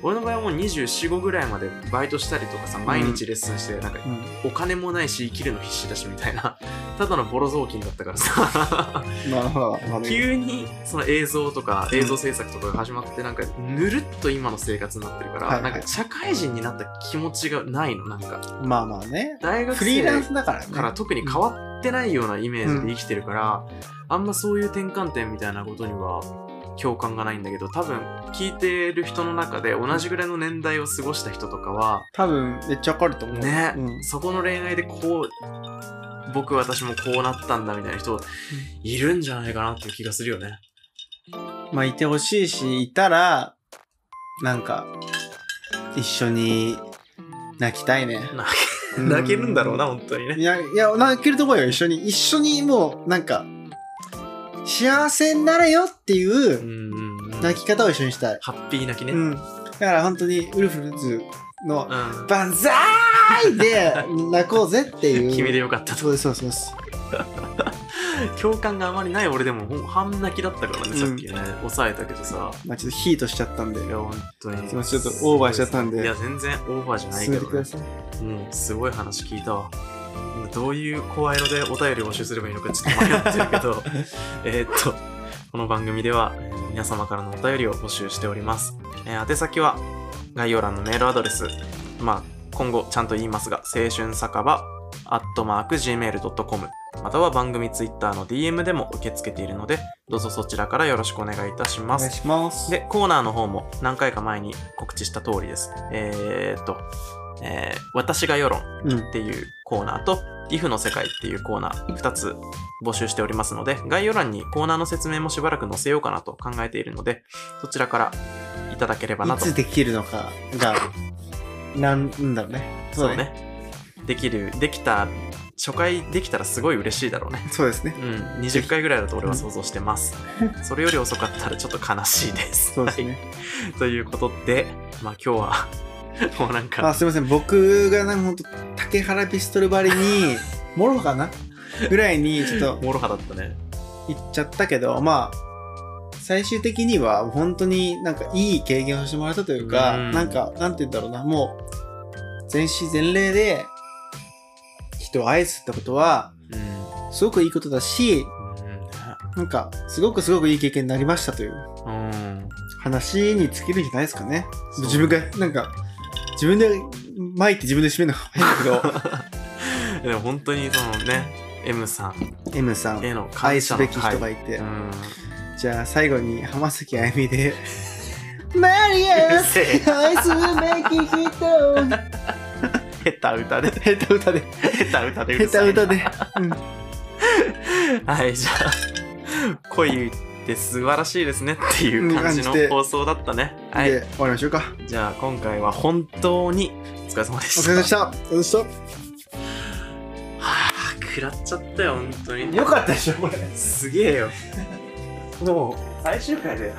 [SPEAKER 1] 俺の場合はもう245ぐらいまでバイトしたりとかさ毎日レッスンしてなんか
[SPEAKER 2] う
[SPEAKER 1] お金もないし生きるの必死だしみたいな ただのボロ雑巾だったからさ
[SPEAKER 2] ん、なるほどわかるよ
[SPEAKER 1] 急にその映像とか映像制作とかが始まってなんかぬるっと今の生活になってるから、
[SPEAKER 2] はいはい
[SPEAKER 1] なんか社会人になった気持ちがないのなんか
[SPEAKER 2] まあまあね
[SPEAKER 1] 大学
[SPEAKER 2] フリーラ
[SPEAKER 1] 生
[SPEAKER 2] ンスだからね
[SPEAKER 1] から特に変わってないようなイメージで生きてるから、あんまそういう転換点みたいなことには共感がないんだけど多分聞いてる人の中で同じぐらいの年代を過ごした人とかは
[SPEAKER 2] 多分めっちゃわかると思う
[SPEAKER 1] ね、
[SPEAKER 2] うん、
[SPEAKER 1] そこの恋愛でこう僕私もこうなったんだみたいな人いるんじゃないかなっていう気がするよね。
[SPEAKER 2] まあいてほしいしいたらなんか一緒に泣きたいね
[SPEAKER 1] 泣
[SPEAKER 2] う
[SPEAKER 1] 本当に
[SPEAKER 2] い。やいや泣けると思うよ一緒に一緒にもうなんか幸せになれよっていう、
[SPEAKER 1] うんうんうん。
[SPEAKER 2] 泣き方を一緒にしたい。
[SPEAKER 1] ハッピー泣きね。
[SPEAKER 2] う
[SPEAKER 1] うん。
[SPEAKER 2] ん。だから本当にウルフルズの
[SPEAKER 1] うん、
[SPEAKER 2] バンザーイ で泣こうぜっていう。
[SPEAKER 1] 君でよかったと。
[SPEAKER 2] そうです、そうです、そうです。
[SPEAKER 1] 共感があまりない俺でもほん半泣きだったからね、さっきね。抑えたけどさ。
[SPEAKER 2] まあちょっとヒートしちゃったんで
[SPEAKER 1] い、や、本当に。
[SPEAKER 2] すいませんちょっとオーバーしちゃったんで
[SPEAKER 1] いや、全然オーバーじゃない
[SPEAKER 2] 進
[SPEAKER 1] け
[SPEAKER 2] めて
[SPEAKER 1] ど
[SPEAKER 2] くだ
[SPEAKER 1] ね。
[SPEAKER 2] さい。
[SPEAKER 1] うん、すごい話聞いたわ。今どういう声色でお便りを募集すればいいのかちょっと迷ってるけ ど、えーっと、この番組では、えー皆様からのお便りを募集しております。えー宛先は概要欄のメールアドレス、まあ、今後ちゃんと言いますが、青春酒場、アットマーク gmail.com、または番組ツイッターの DM でも受け付けているので、どうぞそちらからよろしくお願いいたし
[SPEAKER 2] お
[SPEAKER 1] ま
[SPEAKER 2] 願い
[SPEAKER 1] す。
[SPEAKER 2] します。
[SPEAKER 1] で、コーナーの方も何回か前に告知した通りです。えーっと、えー私が世論
[SPEAKER 2] うん
[SPEAKER 1] っ。ていうコーナーと IF の世界っていうコーナー2つ募集しておりますので概要欄にコーナーの説明もしばらく載せようかなと考えているのでそちらからいただければないと
[SPEAKER 2] つできるのかが、なんなんだろうね。
[SPEAKER 1] そう。ねできるできた初回できたらすごい嬉しいだろうね
[SPEAKER 2] そうですね
[SPEAKER 1] う。ん20回ぐらいだと俺は想像して ますそれより遅かったらちょっと悲しいです
[SPEAKER 2] そうですね。
[SPEAKER 1] はい ということでまあ今日はもうなん
[SPEAKER 2] あ、
[SPEAKER 1] か
[SPEAKER 2] すいません。僕がなんか本当竹原ピストルばり に、モロかなぐらいに、ちょっと
[SPEAKER 1] もろはだったね
[SPEAKER 2] 行っちゃったけどまあ最終的には本当になんかいい経験をしてもらったというか、
[SPEAKER 1] うん
[SPEAKER 2] なんかなんて言うんだろうなもう全身全霊で人を愛すってことは
[SPEAKER 1] うん
[SPEAKER 2] すごくいいことだし
[SPEAKER 1] うん
[SPEAKER 2] なんかすごくすごくいい経験になりましたという
[SPEAKER 1] うん
[SPEAKER 2] 話に尽きるんじゃないですかね
[SPEAKER 1] そう
[SPEAKER 2] 自分がなんか自分で巻いて自分で締めるのが変だ
[SPEAKER 1] でも本当にそのね M さん
[SPEAKER 2] けど M さん
[SPEAKER 1] への感
[SPEAKER 2] 愛
[SPEAKER 1] 謝
[SPEAKER 2] す
[SPEAKER 1] の
[SPEAKER 2] べき人
[SPEAKER 1] 会
[SPEAKER 2] がいて、
[SPEAKER 1] うん
[SPEAKER 2] じゃあ最後に浜崎あゆみで「マリアス愛すべ き人」
[SPEAKER 1] 下手歌で
[SPEAKER 2] 下手歌で
[SPEAKER 1] 下手歌でうる
[SPEAKER 2] 下
[SPEAKER 1] さ
[SPEAKER 2] 手
[SPEAKER 1] いな
[SPEAKER 2] 歌で、うん、
[SPEAKER 1] はいじゃあ恋って素晴らしいですねっていう感じ
[SPEAKER 2] うん感
[SPEAKER 1] の
[SPEAKER 2] じで
[SPEAKER 1] 放送だったねはい
[SPEAKER 2] で終わりましょうか
[SPEAKER 1] じゃあ今回は本当にお疲れ様で
[SPEAKER 2] お
[SPEAKER 1] し
[SPEAKER 2] 疲れ様
[SPEAKER 1] た
[SPEAKER 2] でしたお疲れ様でし
[SPEAKER 1] はあ食らっちゃったよ本当に
[SPEAKER 2] たよかったでしょこれ
[SPEAKER 1] すげえよもう最終回だよ